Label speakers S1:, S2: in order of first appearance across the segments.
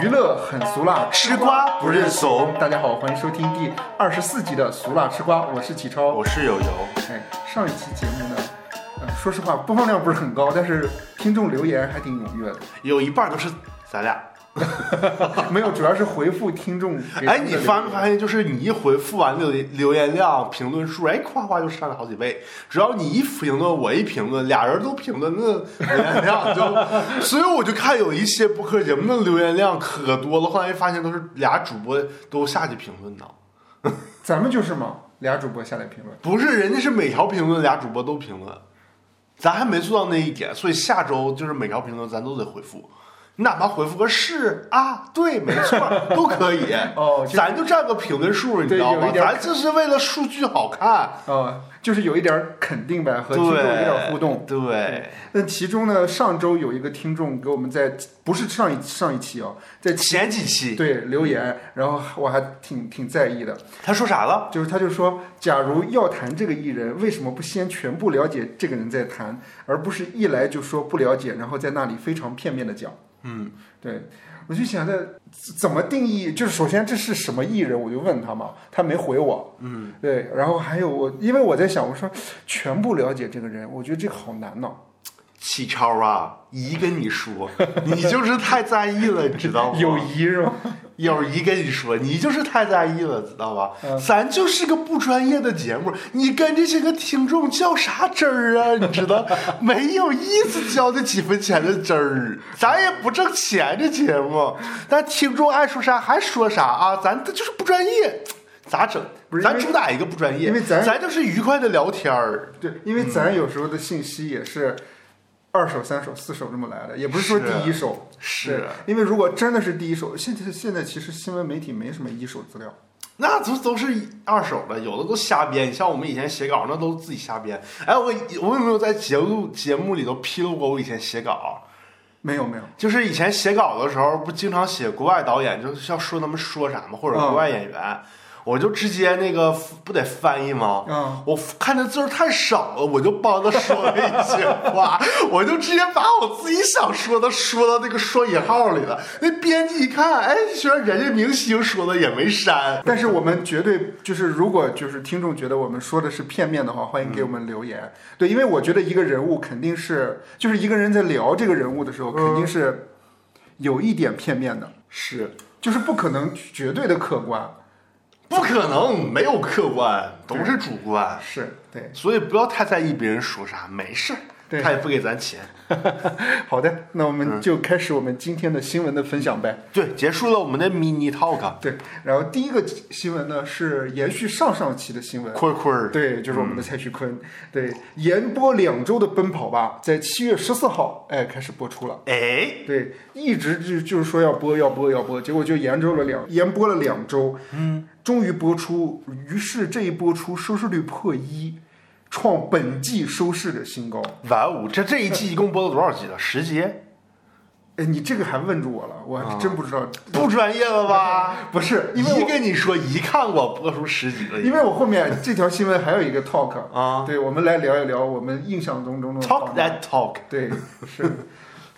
S1: 娱乐很俗辣，
S2: 吃瓜不认怂。
S1: 大家好，欢迎收听第二十四集的《俗辣吃瓜》，我是启超。
S2: 我是友友，
S1: 哎，上一期节目呢，呃，说实话播放量不是很高，但是听众留言还挺踊跃的。
S2: 有一半都是咱俩。
S1: 没有，主要是回复听众给
S2: 哎，
S1: 出的
S2: 你发
S1: 留
S2: 没
S1: 言
S2: 发现，就是你一回复完留留言量、评论数，哎，夸夸就上了好几倍。只要你一评论，我一评论，俩人都评论，那留言量就……所以我就看有一些播客节目那留言量可多了，后来发现都是俩主播都下去评论的，
S1: 咱们就是嘛，俩主播下来评论。
S2: 不是人家是每条评论俩主播都评论，咱还没做到那一点，所以下周就是每条评论咱都得回复。你哪怕回复个是啊，对，没错，都可以。
S1: 哦，就
S2: 咱就占个评论数，你知
S1: 对
S2: 道
S1: 有
S2: 吗
S1: 一？点
S2: 咱这是为了数据好看，
S1: 呃，就是有一点儿肯定呗，和
S2: 对，
S1: 听众有点互动。
S2: 对，
S1: 那其中呢，上周有一个听众给我们在不是上一上一期哦，在
S2: 前几期
S1: 对留言，然后我还挺挺在意的，
S2: 他说啥了？
S1: 就是他就说，假如要谈这个艺人，为什么不先全部了解这个人再谈，而不是一来就说不了解，然后在那里非常片面的讲？
S2: 嗯，
S1: 对，我就想着怎么定义，就是首先这是什么艺人，我就问他嘛，他没回我。嗯，对，然后还有我，因为我在想，我说全部了解这个人，我觉得这个好难哦呐、
S2: 启超啊，姨跟你说，你就是太在意了，你知道吗？
S1: 友谊是吧？
S2: 友谊跟你说，你就是太在意了，知道吧？
S1: 嗯
S2: 咱就是个不专业的节目，你跟这些个听众较啥真儿啊？你知 道，没有意思，交这几分钱的真儿，咱也不挣钱这节目，但听众爱说啥还说啥啊，咱这就是不专业，咋整
S1: 不？是因
S2: 咱
S1: 为
S2: 主打一个不专业，
S1: 因为咱
S2: 就是愉快的聊天儿，
S1: 对，因为咱有时候的信息也是二手、三手、四手这么来的，也不是啊说
S2: 是
S1: 第一手。
S2: 是
S1: 对，因为如果真的是第一手，现在现在其实新闻媒体没什么一手资料。
S2: 那都都是二手的，有的都瞎编。你像我们以前写稿，那都自己瞎编。哎，我我有没有在节目节目里头披露过我以前写稿？
S1: 没有没有，
S2: 就是以前写稿的时候，不经常写国外导演，就是要说他们说啥嘛，或者
S1: 嗯
S2: 国外演员，我就直接那个不得翻译吗？
S1: 嗯，
S2: 我看这字儿太少了，我就帮他说了一些话，我就直接把我自己想说的说到那个双引号里了。那编辑一看，哎，虽然人家明星说的也没删，
S1: 但是我们绝对就是，如果就是听众觉得我们说的是片面的话，欢迎给我们留言。对，因为我觉得一个人物肯定是，就是一个人在聊这个人物的时候，肯定是有一点片面的，
S2: 是
S1: 就是不可能绝对的客观。
S2: 不可能，没有客观，都是主观，
S1: 是对，
S2: 所以不要太在意别人说啥，没事儿，
S1: 对
S2: 他也不给咱钱。
S1: 好的，那我们就开始我们今天的新闻的分享呗。
S2: 对，结束了我们的 mini talk，
S1: 对，然后第一个新闻呢是延续上上期的新闻，
S2: 坤坤儿，
S1: 对，就是我
S2: 嗯
S1: 们的蔡徐坤，对，延播两周的《奔跑吧》在七月十四号，哎，开始播出了。
S2: 哎，
S1: 对，一直就就是说要播要播要播，结果就延周了两延播了两周，嗯，终于播出，于是这一播出收视率破一，创本季收视的新高。
S2: 完五，这这一季一共播了多少集了？十集，
S1: 哎，你这个还问住我了，我还真不知道，
S2: 不专业了吧？
S1: 不是因为
S2: 啊一
S1: 我
S2: 跟你说，一看我播出十集了已经，
S1: 因为我后面这条新闻还有一个 talk，
S2: 啊
S1: 对，我们来聊一聊我们印象中种种的画
S2: ，talk
S1: 面
S2: that talk，
S1: 对，是，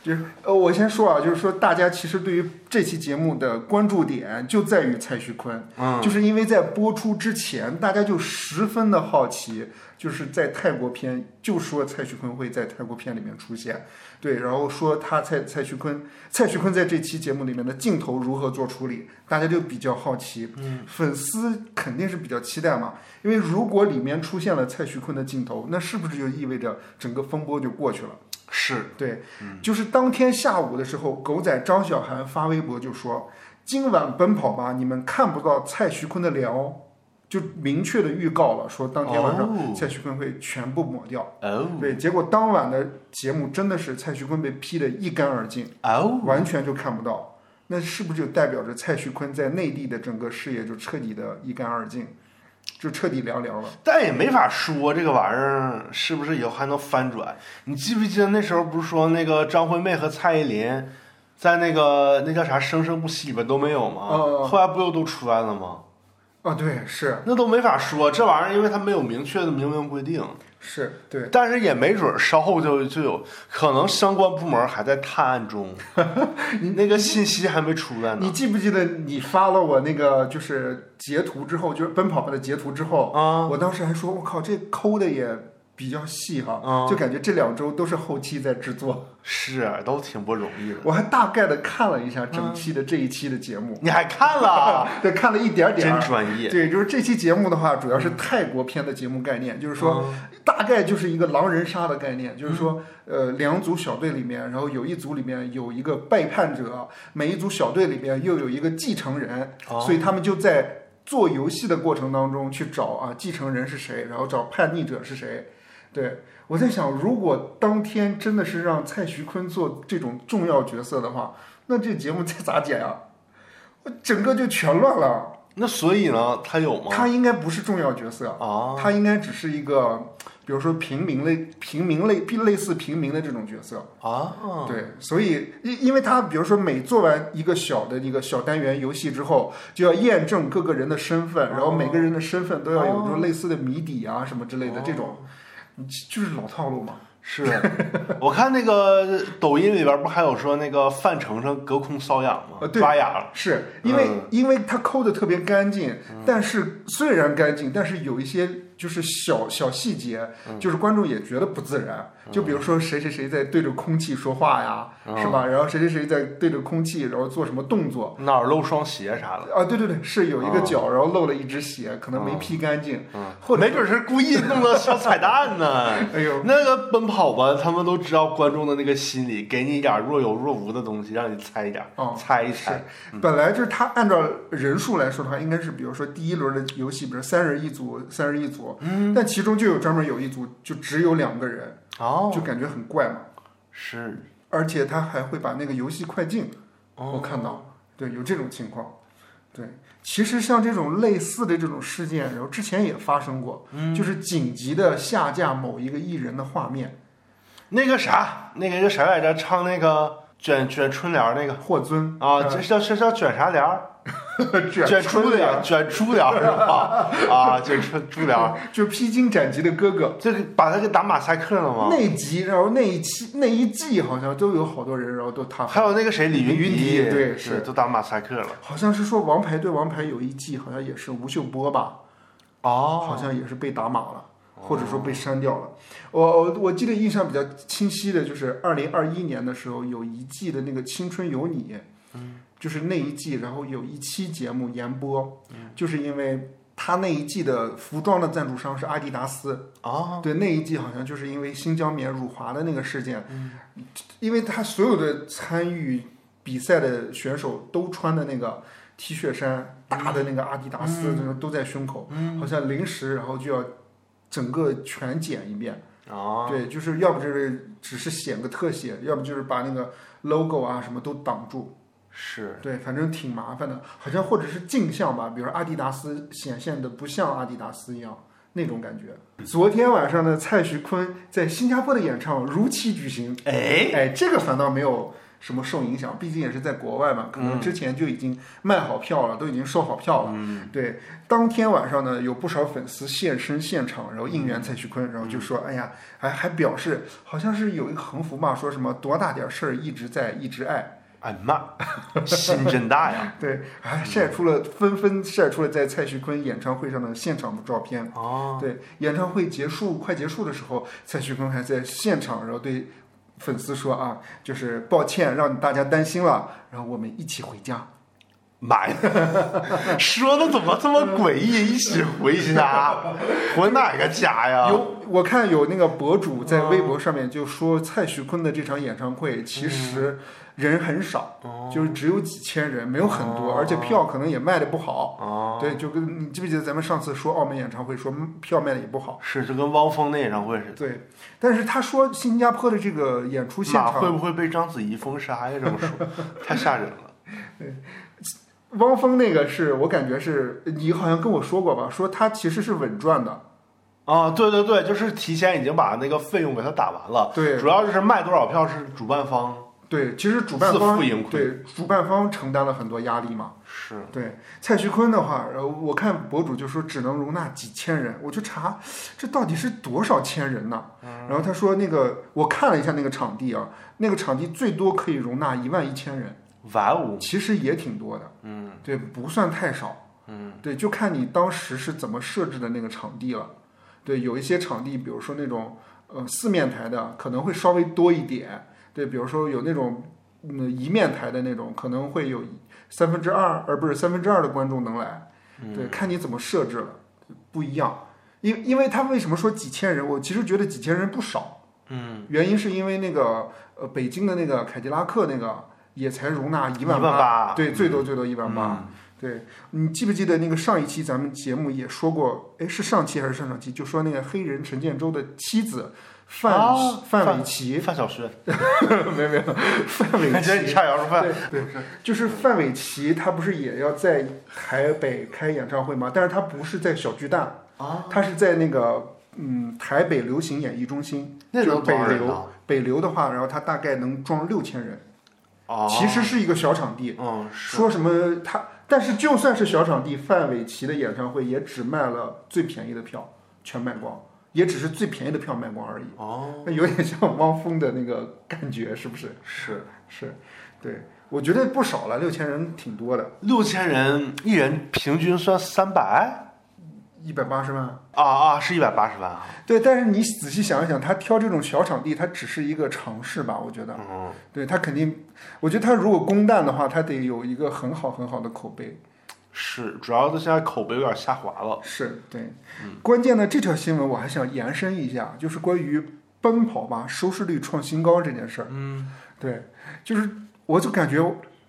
S1: 就是呃，我先说啊，就是说大家其实对于这期节目的关注点就在于蔡徐坤，
S2: 嗯
S1: 就是因为在播出之前，大家就十分的好奇，就是在泰国片就说蔡徐坤会在泰国片里面出现，对，然后说他蔡蔡徐坤，蔡徐坤在这期节目里面的镜头如何做处理，大家就比较好奇，嗯，粉丝肯定是比较期待嘛，因为如果里面出现了蔡徐坤的镜头，那是不是就意味着整个风波就过去了？
S2: 是
S1: 对，就是当天下午的时候，狗仔张小涵发微博就说：“今晚奔跑吧，你们看不到蔡徐坤的脸哦。”就明确的预告了，说当天晚
S2: 哦
S1: 上蔡徐坤会全部抹掉。
S2: 哦
S1: 对，结果当晚的节目真的是蔡徐坤被批得一干二净，
S2: 哦，
S1: 完全就看不到。那是不是就代表着蔡徐坤在内地的整个事业就彻底的一干二净，就彻底凉凉了？
S2: 但也没法说这个玩意儿是不是以后还能翻转。你记不记得那时候不是说那个张惠妹和蔡依林在那个那叫啥《生生不息》里边都没有吗？
S1: 嗯嗯嗯
S2: 后来不又都出来了吗？
S1: 啊，对，是
S2: 那都没法说这玩意儿，因为它没有明确的明文规定。
S1: 是，对，
S2: 但是也没准儿稍后就就有可能相关部门还在探 案中，那个信息还没出来
S1: 你
S2: 呢。
S1: 记不记得你发了我那个就是截图之后，就是奔跑吧的截图之后，
S2: 啊
S1: 我当时还说，我靠，这抠的也比较细哈，
S2: 啊
S1: 就感觉这两周都是后期在制作。
S2: 是，都挺不容易的。
S1: 我还大概的看了一下整期的这一期的节目，
S2: 你还 看了？
S1: 对，看了一点点
S2: 啊真
S1: 儿。
S2: 专业。
S1: 对，就是这期节目的话，主要是泰国片的节目概念，就是
S2: 啊
S1: 说，
S2: 嗯
S1: 大概就是一个狼人杀的概念，就是说，呃，两组小队里面，然后有一组里面有一个背叛者，每一组小队里面又有一个继承人，
S2: 哦
S1: 所以他们就在做游戏的过程当中去找啊继承人是谁，然后找叛逆者是谁。对我在想，如果当天真的是让蔡徐坤做这种重要角色的话，那这节目再咋剪啊？我整个就全乱了。
S2: 那所以呢，他有吗？
S1: 他应该不是重要角色，
S2: 啊，
S1: 他应该只是一个，比如说平民类、平民类、类似平民的这种角色。
S2: 啊，
S1: 对，所以因因为他比如说每做完一个小的一个小单元游戏之后，就要验证各个人的身份，然后每个人的身份都要有说类似的谜底啊什么之类的这种，就是老套路嘛。
S2: 是。 我看那个抖音里边不还有说那个范丞丞隔空搔痒吗
S1: 啊？对
S2: 抓痒了。
S1: 是因为、
S2: 嗯
S1: 因为他抠的特别干净，但是虽然干净，但是有一些就是小小细节，就是观众也觉得不自然。就比如说谁谁谁在对着空气说话呀，是吧？然后谁谁谁在对着空气，然后做什么动作，
S2: 哪儿露双鞋啥的，
S1: 啊，对对对，是有一个脚，然后漏了一只血，可能没劈干净，嗯或者
S2: 嗯没准是故意弄个小彩 蛋呢。
S1: 哎呦，
S2: 那个奔跑吧，他们都知道观众的那个心理，给你一点若有若无的东西，让你猜一点，
S1: 哦
S2: 猜一
S1: 是
S2: 猜。
S1: 本来就是他按照人数来说的话，应该是比如说第一轮的游戏，比如三人一组，三人一组，嗯，但其中就有专门有一组就只有两个人，
S2: 哦，
S1: 就感觉很怪嘛，
S2: 是
S1: 而且他还会把那个游戏快进，
S2: 哦
S1: 我看到，对，有这种情况，对。其实像这种类似的这种事件，然后之前也发生过，就是紧急的下架某一个艺人的画面，
S2: 那个啥，那个一个啥来着，唱那个卷卷春联儿那个
S1: 霍尊
S2: 啊，这叫这叫卷啥帘儿？
S1: 卷
S2: 卷
S1: 出
S2: 春联儿，卷珠帘儿是吧？啊，卷春珠帘儿，
S1: 就是披荆斩棘的哥哥
S2: 这个把他给打马赛克了吗？
S1: 那集，然后那一期那一季好像都有好多人，然后都塌，
S2: 还有那个谁，李
S1: 李云
S2: 云
S1: 迪对是
S2: 是都打马赛克了。
S1: 好像是说王牌对王牌有一季好像也是吴秀波吧，
S2: 哦
S1: 好像也是被打码了。或者说被删掉了，我我我记得印象比较清晰的就是二零二一年的时候有一季的那个《青春有你》，就是那一季，然后有一期节目延播，就是因为他那一季的服装的赞助商是阿迪达斯，
S2: 啊，
S1: 对那一季好像就是因为新疆棉辱华的那个事件，因为他所有的参与比赛的选手都穿的那个 T 恤衫，大的那个阿迪达斯，那种都在胸口，好像临时然后就要整个全剪一遍，
S2: 啊，
S1: 对，就是要不就是只是显个特写，要不就是把那个 logo 啊什么都挡住，
S2: 是
S1: 对，反正挺麻烦的，好像或者是镜像吧，比如说阿迪达斯显现的不像阿迪达斯一样那种感觉。昨天晚上呢，蔡徐坤在新加坡的演唱如期举行，
S2: 哎，
S1: 哎，这个反倒没有什么受影响，毕竟也是在国外嘛，可能之前就已经卖好票了，都已经售好票了。对，当天晚上呢，有不少粉丝现身现场，然后应援蔡徐坤，然后就说：“哎呀，还还表示好像是有一个横幅嘛，说什么多大点事儿一直在一直爱。”
S2: 哎妈，心真 大呀！
S1: 对，还晒出了纷纷晒出了在蔡徐坤演唱会上的现场的照片。
S2: 哦，
S1: 对，演唱会结束快结束的时候，蔡徐坤还在现场，然后对粉丝说啊，就是抱歉让大家担心了，然后我们一起回家。
S2: 妈呀，说的怎么这么诡异？一起回家，回哪个家呀？
S1: 有我看有那个博主在微博上面就说蔡徐坤的这场演唱
S2: 嗯
S1: 会其实人很少，
S2: 哦
S1: 就是只有几千人，没有很多，而且票可能也卖的不好。
S2: 哦，
S1: 对，就跟你记不记得咱们上次说澳门演唱会说票卖的也不好。
S2: 是就跟汪峰那演唱会似
S1: 对，但是他说新加坡的这个演出
S2: 的，
S1: 现
S2: 马会
S1: 场，
S2: 不会被章子怡封杀呀？这么说，太吓人了。
S1: 汪峰那个是我感觉是你好像跟我说过吧，说他其实是稳赚的，
S2: 啊，对对对，就是提前已经把那个费用给他打完了，
S1: 对
S2: 主要就是卖多少票是主办方
S1: 对，其实主办方
S2: 自负盈亏
S1: 对主办方承担了很多压力嘛。
S2: 是
S1: 对蔡徐坤的话，呃，我看博主就说只能容纳几千人，我就查这到底是多少千人呢？然后他说那个我看了一下那个场地啊，那个场地最多可以容纳一万一千人，
S2: 玩物，
S1: 其实也挺多的，嗯，对，不算太少，嗯，对，就看你当时是怎么设置的那个场地了。对，有一些场地，比如说那种呃四面台的，可能会稍微多一点。对，比如说有那种嗯一面台的那种，可能会有三分之二，而不是三分之二的观众能来。对，看你怎么设置了，不一样。因因为他为什么说几千人？我其实觉得几千人不少。嗯，原因是因为那个呃北京的那个凯迪拉克那个也才容纳一万嗯
S2: 一万八嗯
S1: 对，最多最多一万八。对你记不记得那个上一期咱们节目也说过，哎，是上期还是上上期？就说那个黑人陈建州的妻子范、
S2: 啊
S1: 范
S2: 范
S1: 玮琪，
S2: 范小诗，
S1: 哦没有没有，范 玮
S2: 感觉你
S1: 琪，
S2: 差羊肉饭，
S1: 对对，就是范玮琪，她不是也要在台北开演唱会吗？但是她不是在小巨蛋
S2: 啊，
S1: 她是在那个嗯台北流行演艺中心，
S2: 那
S1: 就是
S2: 能多
S1: 北
S2: 少人
S1: 流
S2: 呢？
S1: 北流的话，然后她大概能装六千人，
S2: 哦，
S1: 其实是一个小场地，
S2: 嗯是
S1: 说什么他，但是就算是小场地，范玮琪的演唱会也只卖了最便宜的票，全卖光，也只是最便宜的票卖光而已。
S2: 哦
S1: 那有点像汪峰的那个感觉，是不是？
S2: 是
S1: 是，对，我觉得不少了，六千人挺多的，
S2: 六千人，一人平均算三百
S1: 一百八十万。
S2: 啊啊，是一百八十万啊，
S1: 对，但是你仔细想一想，他挑这种小场地，他只是一个尝试吧？我觉得，
S2: 嗯，
S1: 对他肯定，我觉得他如果公蛋的话，他得有一个很好很好的口碑。
S2: 是，主要是现在口碑有点下滑了，
S1: 是对，关键呢，这条新闻我还想延伸一下，就是关于奔跑吧收视率创新高这件事儿。
S2: 嗯，
S1: 对，就是我就感觉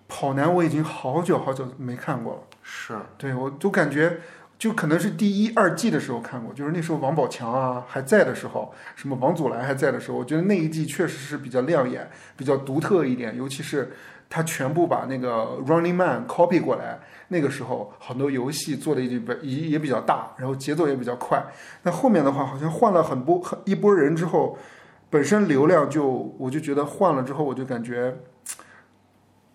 S1: 跑男我已经好久好久没看过了，
S2: 是
S1: 对我就感觉。就可能是第一二季的时候看过，就是那时候王宝强啊还在的时候，什么王祖蓝还在的时候，我觉得那一季确实是比较亮眼、比较独特一点，尤其是他全部把那个 Running Man copy 过来，那个时候很多游戏做的也比也也比较大，然后节奏也比较快。那后面的话，好像换了很波很一波人之后，本身流量就我就觉得换了之后，我就感觉。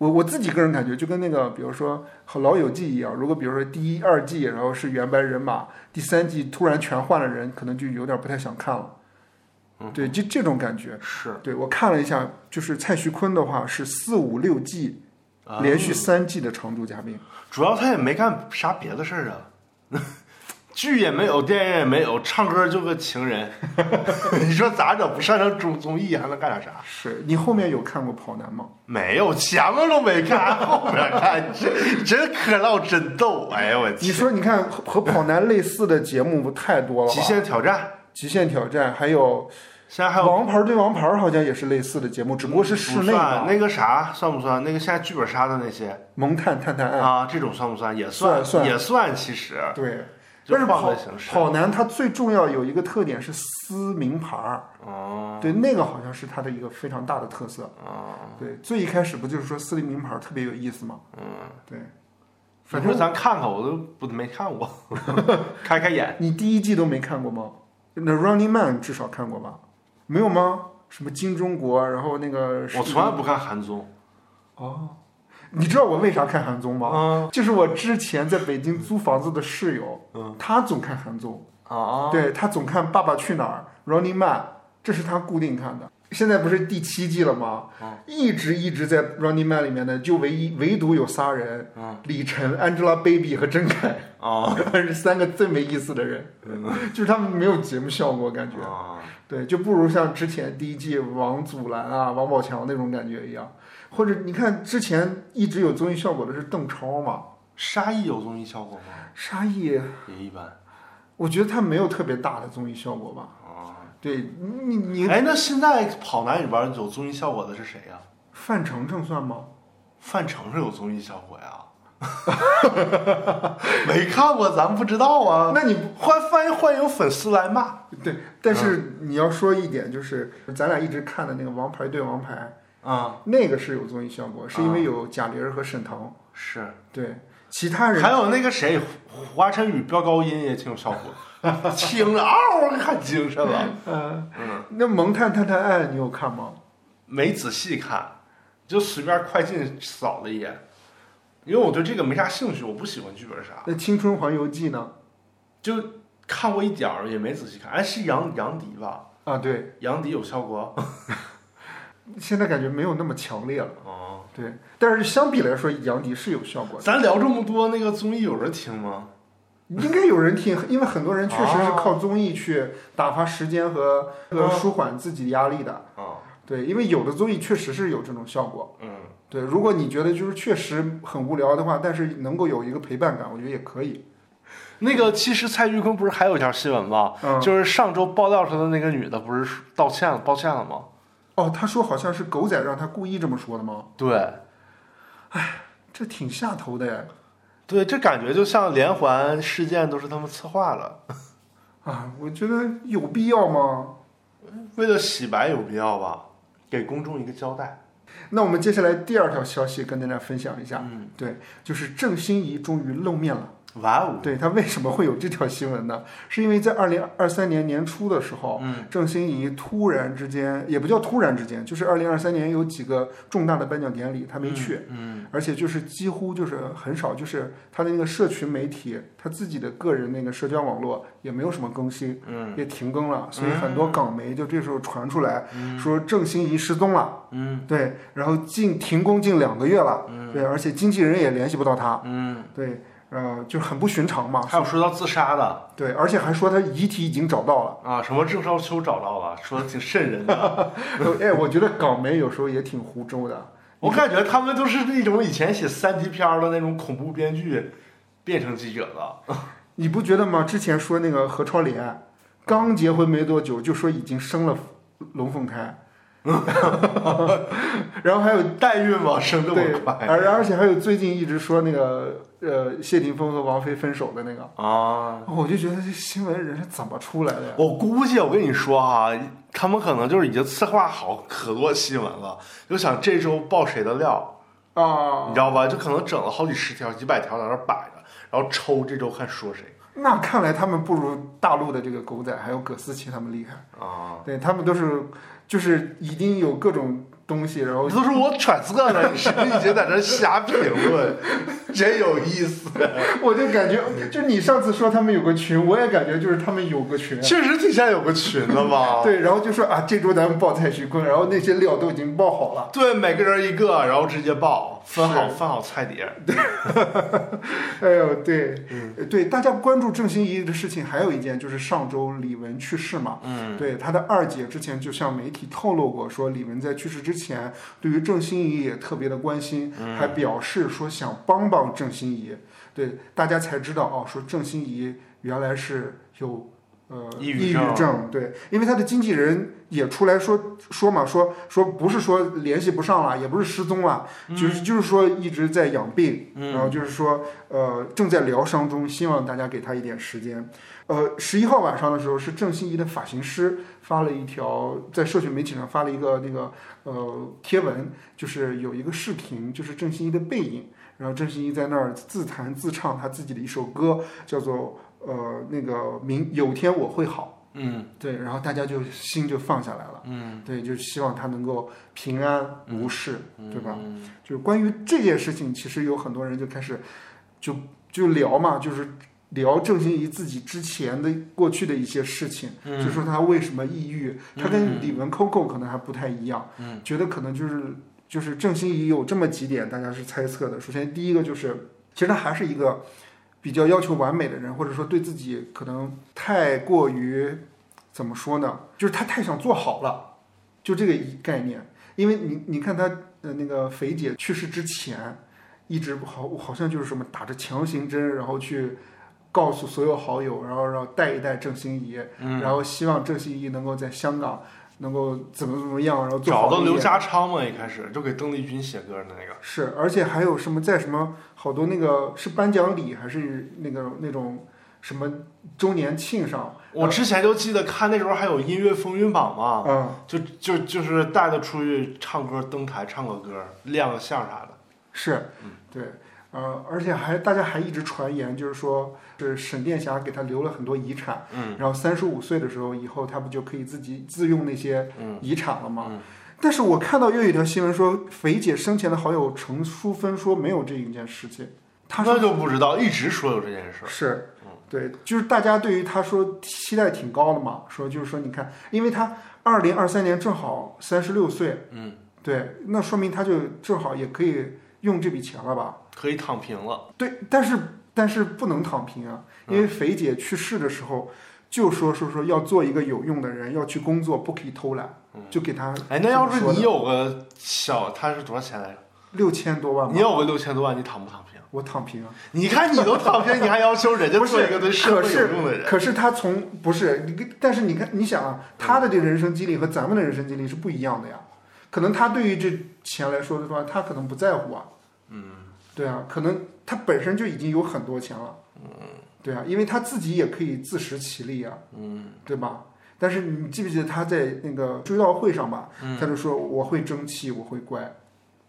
S1: 我我自己个人感觉，就跟那个，比如说和《老友记》一样，如果比如说第一、二季，然后是原班人马，第三季突然全换了人，可能就有点不太想看了。
S2: 嗯
S1: 对，就这种感觉。
S2: 是，
S1: 对我看了一下，就是蔡徐坤的话是四五六季
S2: 啊嗯
S1: 连续三季的常驻嘉宾。
S2: 主要他也没干啥别的事儿啊， 剧也没有，电影也没有，唱歌就个情人， 你说咋整？不上上综综艺还能干点啥？
S1: 是你后面有看过《跑男》吗？
S2: 没有，前面都没看，后面看，这真可唠真逗，哎呦我
S1: 你
S2: 去！
S1: 说，你看和和《跑男》类似的节目不太多了吧？
S2: 极限挑战，
S1: 极限挑战，还有
S2: 现在还有
S1: 王牌对王牌，好像也是类似的节目，只不过是室
S2: 嗯不
S1: 内
S2: 算
S1: 的。
S2: 那个啥算不算？那个现在剧本杀的那些
S1: 萌探探探案，
S2: 啊，这种算不算？也
S1: 嗯算算
S2: 也算，其实
S1: 对。
S2: 就
S1: 但是
S2: 换
S1: 跑
S2: 个形式
S1: 跑男它最重要有一个特点是撕名牌儿，
S2: 哦
S1: 对，那个好像是它的一个非常大的特色。
S2: 哦，
S1: 对，最一开始不就是说撕名牌儿特别有意思吗？
S2: 嗯，
S1: 对，
S2: 你
S1: 反
S2: 说
S1: 正
S2: 咱看看，我都不没 看过，开开眼。
S1: 你第一季都没看过吗？那 Running Man 至少看过吧？没有吗？什么金钟国，啊然后那个
S2: 我从来不看韩综
S1: 哦，你知道我为啥看韩综吗？
S2: 啊
S1: 就是我之前在北京租房子的室友，
S2: 嗯
S1: 他总看韩综。
S2: 啊！
S1: 对他总看《爸爸去哪儿》《Running Man》，这是他固定看的。现在不是第七季了吗？
S2: 嗯
S1: 一直一直在《Running Man》里面的，就唯一唯独有仨人：
S2: 嗯
S1: 李晨、Angelababy 和郑恺，
S2: 啊
S1: 是三个最没意思的人，就是他们没有节目效果，感觉
S2: 啊！
S1: 对，就不如像之前第一季王祖蓝啊、王宝强那种感觉一样。或者你看之前一直有综艺效果的是邓超嘛，
S2: 沙溢有综艺效果吗？
S1: 沙溢，
S2: 也一般
S1: 我觉得他没有特别大的综艺效果吧。
S2: 啊。
S1: 对你你
S2: 哎，那现在跑男里边有综艺效果的是谁呀？
S1: 范丞丞算吗？
S2: 范丞丞有综艺效果呀？没看过，咱不知道啊。
S1: 那你
S2: 欢欢欢迎粉丝来骂
S1: 对，但是
S2: 嗯
S1: 你要说一点，就是咱俩一直看的那个《王牌对王牌
S2: 啊！》，
S1: 那个是有综艺效果，是因为有贾玲儿和沈腾。
S2: 是，
S1: 对，其他人
S2: 还有那个谁，华晨宇飙高音也挺有效果，听着嗷可精神了。
S1: 呃，那《萌探探探案》你有看吗？
S2: 没仔细看，就随便快进扫了一眼，因为我对这个没啥兴趣，我不喜欢剧本杀，
S1: 那《青春环游记》呢？
S2: 就看过一点儿，也没仔细看。哎，是杨杨迪吧？
S1: 啊，对，
S2: 杨迪有效果？
S1: 现在感觉没有那么强烈了。
S2: 哦，
S1: 对，但是相比来说，杨迪是有效果的，
S2: 咱聊这么多，那个综艺有人听吗？
S1: 应该有人听，因为很多人确实是靠综艺去打发时间和和
S2: 哦
S1: 舒缓自己压力的。
S2: 啊、
S1: 对，因为有的综艺确实是有这种效果。
S2: 嗯，
S1: 对，如果你觉得就是确实很无聊的话，但是能够有一个陪伴感，我觉得也可以。
S2: 那个其实蔡徐坤不是还有一条新闻吗？
S1: 嗯，
S2: 就是上周爆料出的那个女的，不是道歉了，抱歉了吗？
S1: 哦，他说好像是狗仔让他故意这么说的吗？
S2: 对，
S1: 这挺下头的呀！
S2: 对，这感觉就像连环事件都是他们策划了，
S1: 啊，我觉得有必要吗？
S2: 为了洗白有必要吧？给公众一个交代。
S1: 那我们接下来第二条消息跟大家分享一下，
S2: 嗯，
S1: 就是郑欣宜终于露面了。
S2: 哇哦，
S1: 对她为什么会有这条新闻呢？是因为在二零二三年年初的时候，
S2: 嗯，
S1: 郑欣宜突然之间，也不叫突然之间，就是二零二三年有几个重大的颁奖典礼，她没去。
S2: 嗯，
S1: 而且就是几乎就是很少，就是他的那个社群媒体，他自己的个人那个社交网络也没有什么更新，
S2: 嗯
S1: 也停更了，所以很多港媒就这时候传出来说郑欣宜失踪了，
S2: 嗯
S1: 对，然后近停工近两个月了，对，而且经纪人也联系不到他，
S2: 嗯，
S1: 对，呃，就很不寻常嘛，
S2: 还有说到自杀的
S1: 对，而且还说他遗体已经找到了，
S2: 啊，什么郑少秋找到了，说的挺瘆人的。
S1: 哎，我觉得港媒有时候也挺胡诌的，
S2: 我感觉他们都是那种以前写三级片儿的那种恐怖编剧，变成记者了。
S1: 你不觉得吗？之前说那个何超莲刚结婚没多久就说已经生了龙凤 胎，然后还有
S2: 代孕嘛，生这
S1: 对
S2: 么，快
S1: 而而且还有最近一直说那个呃谢霆锋和王菲分手的那个，
S2: 啊！
S1: 我就觉得这新闻人是怎么出来的呀？
S2: 我估计，我跟你说哈、他们可能就是已经策划好可多新闻了，就想这周爆谁的料，你
S1: 啊，
S2: 知道吧？就可能整了好几十条、几百条在那儿摆着，然后抽这周看说谁
S1: 那看来他们不如大陆的这个狗仔还有葛思琪他们厉害，
S2: 啊。
S1: 对他们都是就是一定有各种东西，然后
S2: 这都是我揣测的，你是不是已经在这儿瞎评论？真有意思，
S1: 我就感觉就你上次说他们有个群，我也感觉就是他们有个群啊。
S2: 确实挺像有个群的吧？
S1: 对，然后就说啊，这周咱们报蔡徐坤，然后那些料都已经报好了。
S2: 对，每个人一个，然后直接报，分好
S1: 是
S2: 分好菜碟。
S1: 哎呦，对，对，大家关注郑欣宜的事情，还有一件就是上周李玟去世嘛。
S2: 嗯，
S1: 对，她的二姐之前就向媒体透露过，说李玟在去世之前，对于郑欣宜也特别的关心，
S2: 嗯
S1: 还表示说想帮帮郑欣宜。对，大家才知道哦，说郑欣宜原来是有呃
S2: 抑郁
S1: 郁
S2: 症
S1: 症，对，因为她的经纪人也出来说说嘛，说说不是说联系不上了，也不是失踪了，
S2: 嗯
S1: 就是就是说一直在养病，然后就是说呃正在疗伤中，希望大家给她一点时间。呃，十一号晚上的时候，是郑欣宜的发型师发了一条在社群媒体上发了一个那个呃贴文，就是有一个视频，就是郑欣宜的背影，然后郑欣宜在那儿自弹自唱她自己的一首歌，叫做呃那个明有天我会好。
S2: 嗯，
S1: 对，然后大家就心就放下来了，嗯，对，就希望他能够平安无事，对吧？就是关于这件事情，其实有很多人就开始就就聊嘛，就是聊郑欣宜自己之前的过去的一些事情，就说她为什么抑郁，她跟李玟、Coco 可能还不太一样，嗯，觉得可能就是就是郑欣宜有这么几点，大家是猜测的。首先，第一个就是，其实她还是一个比较要求完美的人，或者说对自己可能太过于怎么说呢？就是她太想做好了，就这个一概念。因为你你看她呃那个肥姐去世之前，一直好好像就是什么打着强行针，然后去。告诉所有好友，然后然后带一带郑欣宜，
S2: 嗯
S1: 然后希望郑欣宜能够在香港能够怎么怎么样，然后做好
S2: 嗯找到
S1: 一点
S2: 刘家昌嘛，一开始就给邓丽君写歌的那个。
S1: 是，而且还有什么在什么好多那个是颁奖礼还是那个那种什么周年庆上，
S2: 我之前就记得看那时候还有音乐风云榜嘛，
S1: 嗯，
S2: 就就就是带她出去唱歌登台唱个歌，亮个相啥的。
S1: 是，
S2: 嗯
S1: 对，呃，而且还大家还一直传言就是说，是沈殿霞给他留了很多遗产，
S2: 嗯
S1: 然后三十五岁的时候以后他不就可以自己自用那些
S2: 嗯
S1: 遗产了吗？但是我看到又有一条新闻说，肥姐生前的好友陈淑芬说没有这一件事情，她
S2: 那
S1: 说
S2: 就不嗯知道，一直说有这件事儿。
S1: 是，对，就是大家对于她说期待挺高的嘛，说就是说你看，因为她二零二三年正好三十六岁，
S2: 嗯，
S1: 对，那说明她就正好也可以用这笔钱了吧？
S2: 可以躺平了。
S1: 对，但是但是不能躺平啊，因为肥姐去世的时候。就说说说要做一个有用的人，要去工作，不可以偷懒，就给她
S2: 哎，那要
S1: 这
S2: 是
S1: 么说
S2: 你有个小，他是多少钱来着？
S1: 六千多万吧，
S2: 你有个六千多万，你躺不躺平？
S1: 我躺平啊。
S2: 你看你都躺平，你还要求人家
S1: 不
S2: 做
S1: 是
S2: 一个对社
S1: 可
S2: 会
S1: 是
S2: 有用的人？
S1: 可是他从不是，你跟但是你看，你想啊，他的这个人生经历和咱们的人生经历是不一样的呀。可能他对于这钱来说的话，他可能不在乎啊。嗯，对啊，可能他本身就已经有很多钱了。嗯，对啊，因为他自己也可以自食其力啊。嗯，对吧？但是你记不记得他在那个追悼会上吧？他就说我会争气，我会乖。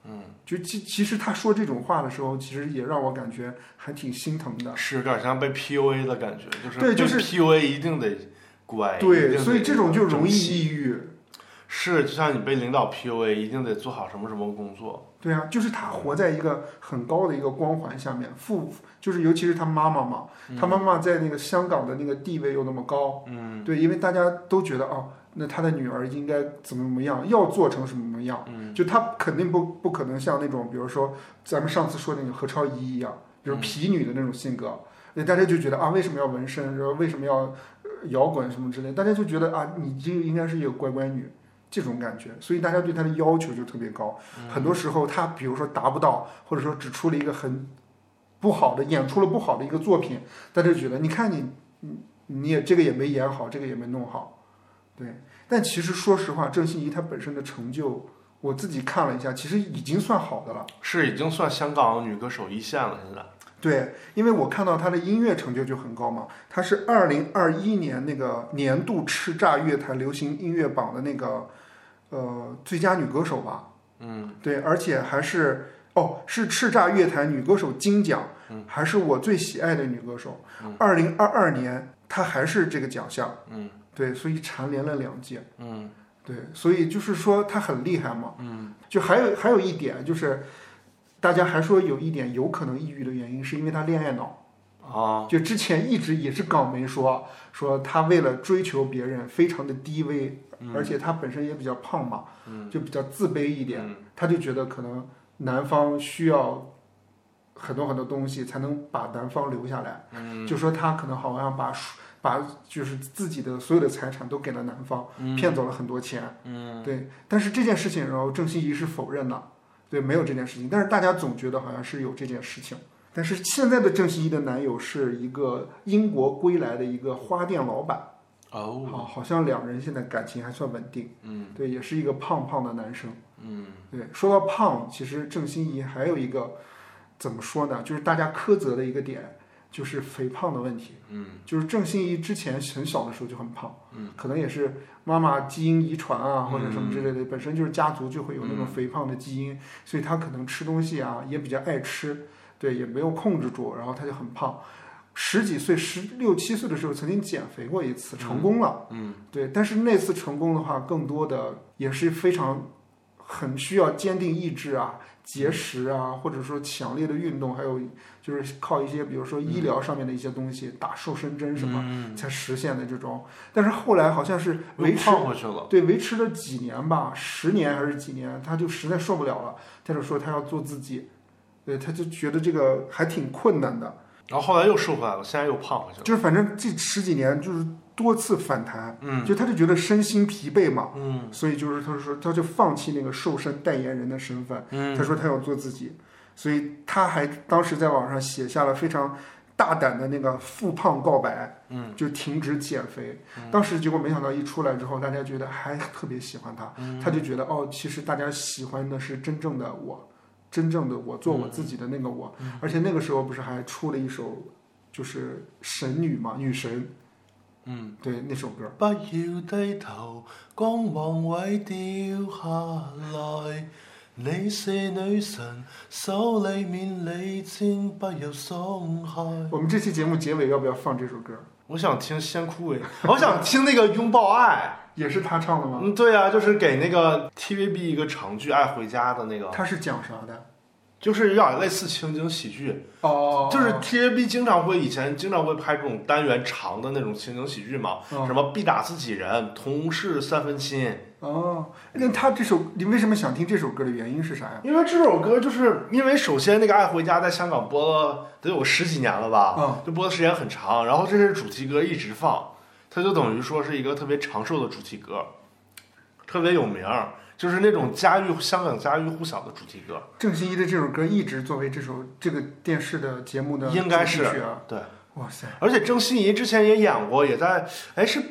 S1: 嗯，就其其实他说这种话的时候，其实也让我感觉还挺心疼的。
S2: 是有点像被 PUA 的感觉，就是
S1: 对就是
S2: 被 PUA 一定得乖，一定
S1: 对，
S2: 得
S1: 所以这哎种就容易
S2: 争气
S1: 抑郁。
S2: 是，就像你被领导 PUA，一定得做好什么什么工作。
S1: 对啊，就是他活在一个很高的一个光环下面，父就是尤其是他妈妈嘛，他妈妈在那个香港的那个地位又那么高，嗯，对，因为大家都觉得哦，那他的女儿应该怎么怎么样，要做成什么什么样，嗯，就他肯定不不可能像那种，比如说咱们上次说那个何超仪一样，比如痞女的那种性格，那大家就觉得啊，为什么要纹身，然后为什么要呃摇滚什么之类，大家就觉得啊，你这个应该是一个乖乖女。这种感觉，所以大家对她的要求就特别高。很多时候他比如说达不到，或者说只出了一个很不好的演出了不好的一个作品，大家就觉得你看你你你也这个也没演好，这个也没弄好，对。但其实说实话，郑欣宜她本身的成就，我自己看了一下，其实已经算好的了。
S2: 是已经算香港女歌手一线了，现在。
S1: 对，因为我看到她的音乐成就就很高嘛，她是二零二一年那个年度叱咤乐坛流行音乐榜的那个呃最佳女歌手吧。
S2: 嗯，
S1: 对，而且还是哦，是叱咤乐坛女歌手金奖，
S2: 嗯
S1: 还是我最喜爱的女歌手。二零二二年，她还是这个奖项。
S2: 嗯，
S1: 对，所以蝉联了两届。
S2: 嗯，
S1: 对，所以就是说她很厉害嘛。嗯，就还有还有一点就是，大家还说有一点有可能抑郁的原因，是因为她恋爱脑。
S2: 啊，
S1: 就之前一直也是港媒说说他为了追求别人非常的低微，而且他本身也比较胖嘛，就比较自卑一点，
S2: 嗯
S1: 他就觉得可能男方需要很多很多东西才能把男方留下来，
S2: 嗯
S1: 就说他可能好像把书把就是自己的所有的财产都给了男方，
S2: 嗯
S1: 骗走了很多钱，对，但是这件事情然后郑欣宜是否认的，对，没有这件事情，但是大家总觉得好像是有这件事情。但是现在的郑希怡的男友是一个英国归来的一个花店老板，
S2: 哦，
S1: 好，好像两人现在感情还算稳定。
S2: 嗯，
S1: 对，也是一个胖胖的男生。
S2: 嗯，
S1: 对，说到胖，其实郑欣宜还有一个怎么说呢？就是大家苛责的一个点，就是肥胖的问题。
S2: 嗯，
S1: 就是郑欣宜之前很小的时候就很胖，嗯，可能也是妈妈基因遗传啊，或者什么
S2: 嗯
S1: 之类的，本身就是家族就会有那种肥胖的基因，所以她可能吃东西啊也比较爱吃，对，也没有控制住，然后她就很胖。十几岁、十六七岁的时候，曾经减肥过一次，成功了。
S2: 嗯，
S1: 对，但是那次成功的话，更多的也是非常很需要坚定意志啊、节
S2: 嗯
S1: 食啊，或者说强烈的运动，还有就是靠一些比如说医疗上面的一些东西，打瘦身针什么、
S2: 嗯，
S1: 才实现的这种。但是后来好像是维
S2: 又
S1: 持
S2: 胖回去了。
S1: 对，维持了几年吧，十年还是几年，他就实在受不了了，他就说他要做自己，对，他就觉得这个还挺困难的。
S2: 然后后来又瘦回来了，现在又胖回去了。
S1: 就是反正这十几年就是多次反弹，
S2: 嗯
S1: 就他就觉得身心疲惫嘛，
S2: 嗯
S1: 所以就是他就说他就放弃那个瘦身代言人的身份，他
S2: 嗯，
S1: 说他要做自己，所以他还当时在网上写下了非常大胆的那个复胖告白，
S2: 嗯，
S1: 就停止减肥。当时结果没想到一出来之后，大家觉得还特别喜欢他，
S2: 嗯
S1: 他就觉得哦，其实大家喜欢的是真正的我，真正的
S2: 嗯
S1: 我做我自己的那个我，而且那个时候不是还出了一首就是神女嘛，女神，
S2: 嗯，
S1: 对那首歌。
S2: 不要低頭，光芒會掉下來。你是女神，手裏面你千不要鬆懈。
S1: 我们这期节目结尾要不要放这首歌？
S2: 我想听《先枯萎》，我想听那个《拥抱爱
S1: 也是他唱的吗？
S2: 嗯，对啊，就是给那个 TVB 一个长剧《爱回家》的那个，
S1: 他是讲啥的？
S2: 就是有点类似情景喜剧，
S1: 哦，
S2: 就是 TVB 经常会以前经常会拍这种单元长的那种情景喜剧嘛，
S1: 嗯
S2: 什么必打自己人、同事三分亲，
S1: 哦，那他这首你为什么想听这首歌的原因是啥呀？
S2: 因为这首歌就是因为首先那个《爱回家》在香港播了得有十几年了吧，
S1: 嗯
S2: 就播的时间很长，然后这是主题歌一直放，它就等于说是一个特别长寿的主题歌，特别有名儿，就是那种家喻香港家喻户晓的主题歌。
S1: 郑欣宜的这首歌一直作为这首这个电视的节目的
S2: 应该是
S1: 主题曲啊，
S2: 对，
S1: 哇塞，
S2: 而且郑欣宜之前也演过，也在哎是，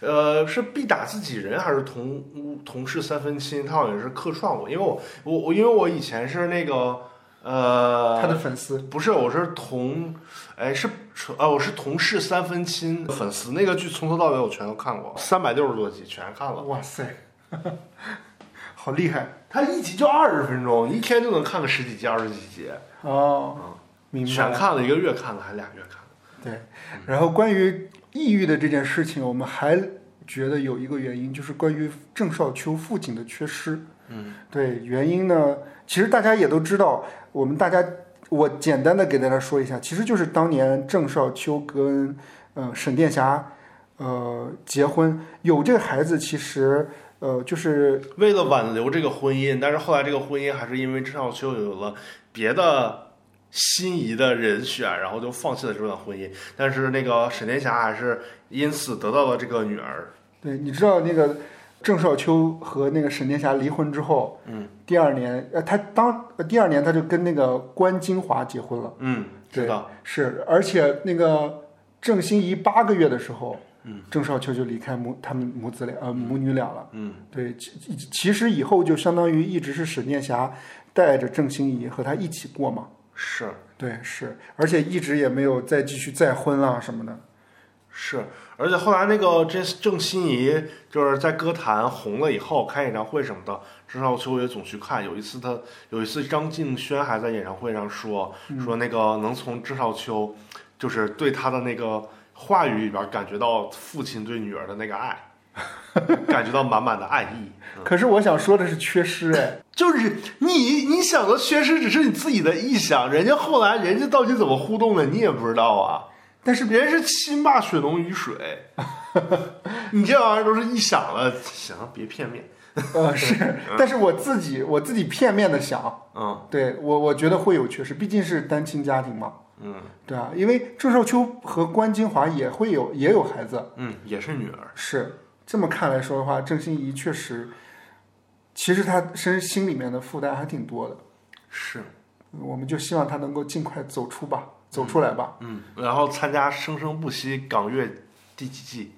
S2: 呃是必打自己人还是同同事三分亲，她好像是客串过，因为我我我因为我以前是那个呃
S1: 他的粉丝
S2: 不是，我是同，哎，是呃，我是同事三分亲粉丝。那个剧从头到尾我全都看过，三百六十多集全看了。
S1: 哇塞， 好厉害
S2: 它一集就二十分钟，一天就能看个十几集、二十几集，
S1: 哦，明白
S2: 全
S1: 了。
S2: 嗯看了一个月看了，还俩月看了。
S1: 对，然后关于抑郁的这件事情，我们还觉得有一个原因，就是关于郑少秋父亲的缺失。
S2: 嗯，
S1: 对，原因呢，其实大家也都知道，我们大家我简单的给大家说一下，其实就是当年郑少秋跟呃沈殿霞呃结婚，有这个孩子，其实呃就是
S2: 为了挽留这个婚姻，但是后来这个婚姻还是因为郑少秋有了别的心仪的人选，然后就放弃了这段婚姻。但是那个沈殿霞还是因此得到了这个女儿。
S1: 对，你知道那个郑少秋和那个沈殿霞离婚之后，
S2: 嗯，
S1: 第二年呃他当呃第二年他就跟那个关金华结婚了。
S2: 嗯，知
S1: 对
S2: 道。
S1: 是，而且那个郑欣宜八个月的时候，嗯，郑少秋就离开母他们母子俩呃母女俩了。
S2: 嗯，
S1: 对，其其其实以后就相当于一直是沈殿霞带着郑欣宜和他一起过嘛。
S2: 是。
S1: 对，是，而且一直也没有再继续再婚啊什么的。
S2: 是，而且后来那个郑郑欣宜就是在歌坛红了以后，开演唱会什么的，郑少秋也总去看。有一次他有一次张敬轩还在演唱会上说、说那个能从郑少秋，就是对他的那个话语里边感觉到父亲对女儿的那个爱，感觉到满满的爱意。
S1: 可是我想说的是缺失哎，
S2: 就是你你想的缺失只是你自己的臆想，人家后来人家到底怎么互动的你也不知道啊。
S1: 但是
S2: 人是亲爸血浓于水， 你这玩意儿都是一想了，行，别片面，
S1: 呃是，但是我自己我自己片面的想，
S2: 嗯
S1: 对我我觉得会有缺失，毕竟是单亲家庭嘛。
S2: 嗯
S1: 对啊，因为郑少秋和关金华也会有也有孩子，
S2: 嗯，也是女儿，
S1: 是这么看来说的话，郑欣宜确实，其实她身心里面的负担还挺多的。
S2: 是，
S1: 我们就希望她能够尽快走出吧，走出来吧。
S2: 嗯，然后参加《生生不息》港乐第几季？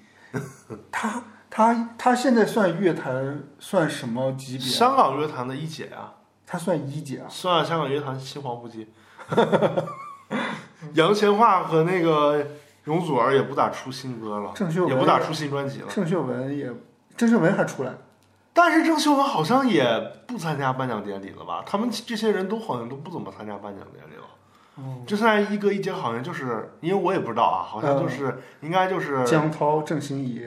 S1: 她她她现在算乐坛算什么级别啊？
S2: 香港乐坛的一姐啊，
S1: 她算一姐啊。
S2: 算香港乐坛新黄不接。 杨千嬅和那个容祖儿也不咋出新歌了，
S1: 郑秀文
S2: 啊也不咋出新专辑了。
S1: 郑秀文也，郑秀文还出来，
S2: 但是郑秀文好像也不参加颁奖典礼了吧？他们这些人都好像都不怎么参加颁奖典礼了。
S1: 嗯，
S2: 就现在一哥一姐好像就是，因为我也不知道啊，好像就是、应该就是
S1: 嗯江涛、郑欣宜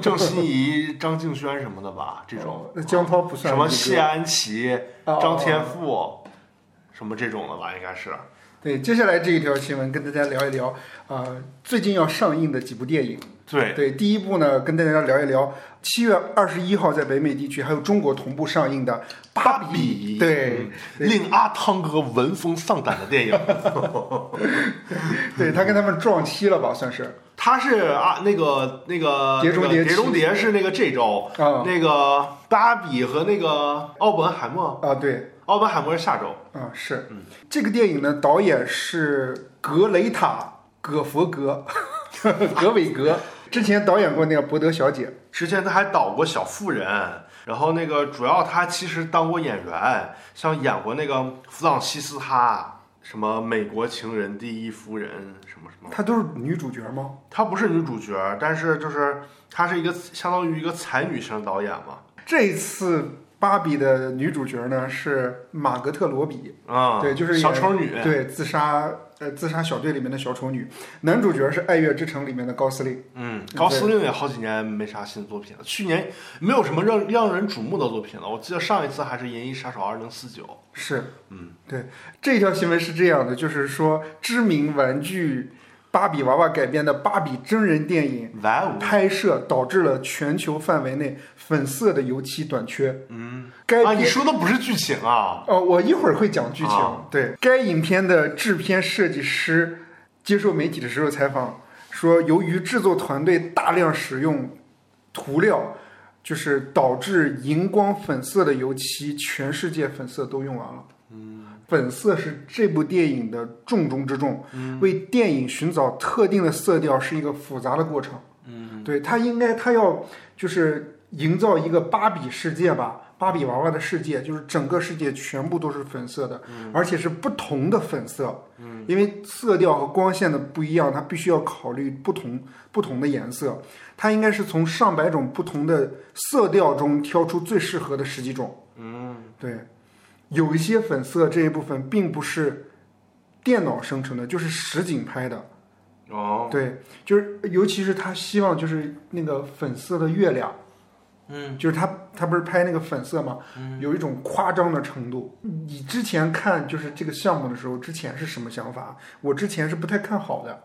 S2: 郑欣宜、张敬轩什么的吧，这种啊
S1: 哦那江涛不算
S2: 什么
S1: 一个啊
S2: 谢安琪、
S1: 哦
S2: 张天
S1: 哦
S2: 赋、什么这种的吧，应该是。
S1: 对，接下来这一条新闻跟大家聊一聊，呃，最近要上映的几部电影。
S2: 对，
S1: 对，第一部呢，跟大家聊一聊七月二十一号在北美地区还有中国同步上映的《
S2: 芭
S1: 比》
S2: 比
S1: 对，
S2: 嗯令阿汤哥闻风丧胆的电影，嗯
S1: 对他跟他们撞期了吧，算是
S2: 他是啊那个那个
S1: 碟中谍
S2: 那个碟中谍是那个这周，
S1: 啊
S2: 那个芭比和那个奥本海默，
S1: 啊，对，
S2: 奥本海默是下周，
S1: 啊是
S2: 嗯，
S1: 这个电影呢，导演是格雷塔·葛佛格， 格韦格，之前导演过那个《伯德小姐》，
S2: 之前他还导过《小妇人》，然后那个主要他其实当过演员，像演过那个弗朗西斯哈，什么《美国情人》《第一夫人》什么什么。
S1: 她都是女主角吗？
S2: 她不是女主角，但是就是她是一个相当于一个才女型导演嘛。
S1: 这次《芭比的女主角呢是玛格特罗比，
S2: 啊，
S1: 对，就是演
S2: 小丑女，
S1: 对，自杀呃自杀小队里面的小丑女。男主角是《爱乐之城》里面的高司令，
S2: 嗯，高司令也好几年没啥新作品了，去年没有什么让让人瞩目的作品了。我记得上一次还是《银翼杀手二零四九》，
S1: 是，
S2: 嗯，
S1: 对，这条新闻是这样的，就是说知名玩具芭比娃娃改编的芭比真人电影。
S2: 哇哦，
S1: 拍摄导致了全球范围内粉色的油漆短缺。嗯，该
S2: 啊，你
S1: 片
S2: 说的不是剧情啊？
S1: 哦，我一会儿会讲剧情。
S2: 啊
S1: 对，该影片的制片设计师接受媒体的时候采访说，由于制作团队大量使用涂料，就是导致荧光粉色的油漆，全世界粉色都用完了。嗯，粉色是这部电影的重中之重，为电影寻找特定的色调是一个复杂的过程。嗯，对，它应该它要就是营造一个芭比世界吧，芭比娃娃的世界，就是整个世界全部都是粉色的，而且是不同的粉色，嗯，因为色调和光线的不一样，它必须要考虑不同不同的颜色，它应该是从上百种不同的色调中挑出最适合的十几种，嗯，对，有一些粉色这一部分并不是电脑生成的，就是实景拍的，
S2: 哦，
S1: 对，就是尤其是他希望就是那个粉色的月亮，
S2: 嗯，
S1: 就是他他不是拍那个粉色嘛，有一种夸张的程度。你之前看就是这个项目的时候，之前是什么想法？我之前是不太看好的，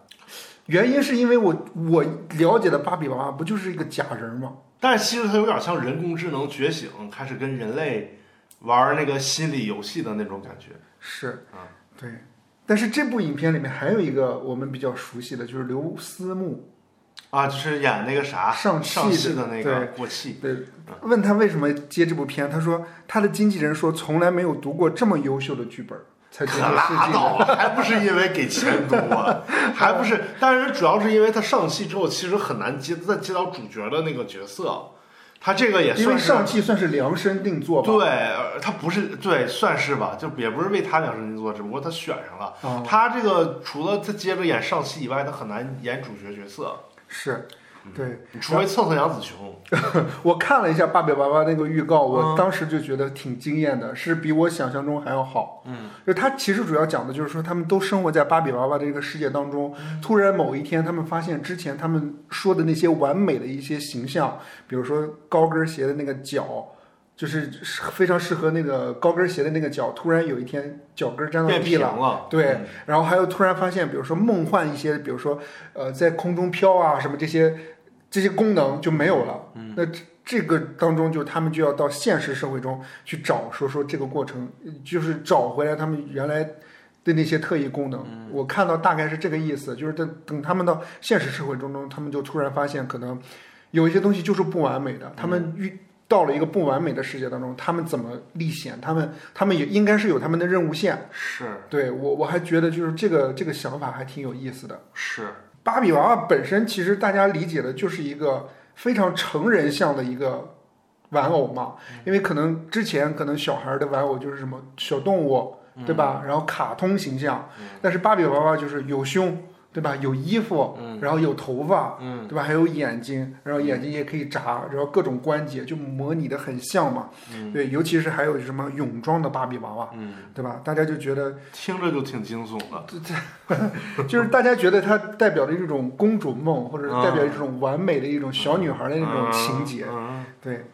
S1: 原因是因为我我了解的芭比娃娃不就是一个假人吗？
S2: 但是其实它有点像人工智能觉醒，开始跟人类玩那个心理游戏的那种感觉。
S1: 是
S2: 啊，
S1: 对。但是这部影片里面还有一个我们比较熟悉的，就是刘思慕
S2: 啊，就是演那个啥
S1: 上戏
S2: 上
S1: 的
S2: 戏的那个过气，
S1: 对，问他为什么接这部片，他说他的经纪人说从来没有读过这么优秀的剧本，才觉
S2: 可
S1: 得是
S2: 拉
S1: 这个。
S2: 倒吧，还不是因为给钱多 啊，还不是，但是主要是因为他上戏之后，其实很难接再接到主角的那个角色，他这个也
S1: 因为
S2: 算是
S1: 上汽算是量身定做吧。
S2: 对，呃他不是对，算是吧，就也不是为他量身定做，只不过他选上了。
S1: 啊、
S2: 他这个除了他接着演上戏以外，他很难演主角角色，
S1: 是，对
S2: 你除非蹭蹭杨紫琼。
S1: 我看了一下《芭比娃娃》那个预告，
S2: 嗯
S1: 我当时就觉得挺惊艳的，是比我想象中还要好。
S2: 嗯，
S1: 就他其实主要讲的就是说，他们都生活在芭比娃娃这个世界当中，
S2: 嗯
S1: 突然某一天，他们发现之前他们说的那些完美的一些形象，比如说高跟鞋的那个脚。就是非常适合那个高跟鞋的那个脚，突然有一天脚跟沾到
S2: 变
S1: 地
S2: 平
S1: 了，
S2: 了，
S1: 对
S2: 嗯，
S1: 然后还有突然发现，比如说梦幻一些，比如说呃在空中飘啊什么这些这些功能就没有了。那这这个当中就他们就要到现实社会中去找，说说这个过程，呃就是找回来他们原来。的那些特异功能，我看到大概是这个意思，就是等等他们到现实社会中中，他们就突然发现，可能有一些东西就是不完美的，他们遇到了一个不完美的世界当中，他们怎么历险？他们他们也应该是有他们的任务线，
S2: 是
S1: 对我我还觉得就是这个这个想法还挺有意思的。
S2: 是，
S1: 芭比娃娃本身其实大家理解的就是一个非常成人向的一个玩偶嘛，因为可能之前可能小孩的玩偶就是什么小动物，对吧？然后卡通形象，但是芭比娃娃就是有胸，对吧？有衣服，然后有头发，
S2: 嗯
S1: 对吧？还有眼睛，然后眼睛也可以眨，然后各种关节就模拟的很像嘛。对，尤其是还有什么泳装的芭比娃娃，
S2: 嗯，
S1: 对吧？大家就觉得。
S2: 听着就挺惊悚的。
S1: 就是大家觉得它代表了一种公主梦，或者是代表一种完美的一种小女孩的那种情节。
S2: 嗯
S1: 对，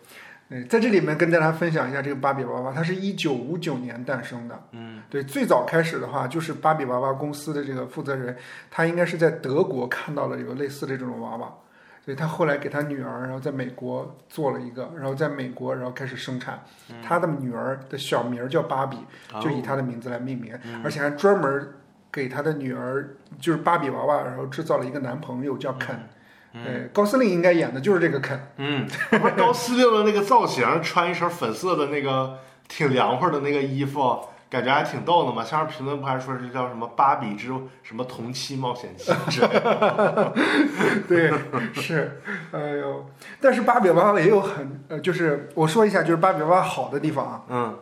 S1: 嗯，在这里面跟大家分享一下这个芭比娃娃，它是一九五九年诞生的。
S2: 嗯，
S1: 对，最早开始的话，就是芭比娃娃公司的这个负责人，他应该是在德国看到了有类似的这种娃娃，所以他后来给他女儿，然后在美国做了一个，然后在美国然后开始生产。他的女儿的小名儿叫芭比，
S2: 哦
S1: 就以她的名字来命名，而且还专门给她的女儿，就是芭比娃娃，然后制造了一个男朋友叫肯。对，高司令应该演的就是这个肯。
S2: 嗯，不是高司令的那个造型，穿一身粉色的那个挺凉快的那个衣服，感觉还挺逗的嘛。像是评论不还说是叫什么“芭比之什么同期冒险记”之 类的。
S1: 对，是，哎呦，但是芭比娃娃也有很呃，就是我说一下，就是芭比娃娃好的地方啊，
S2: 嗯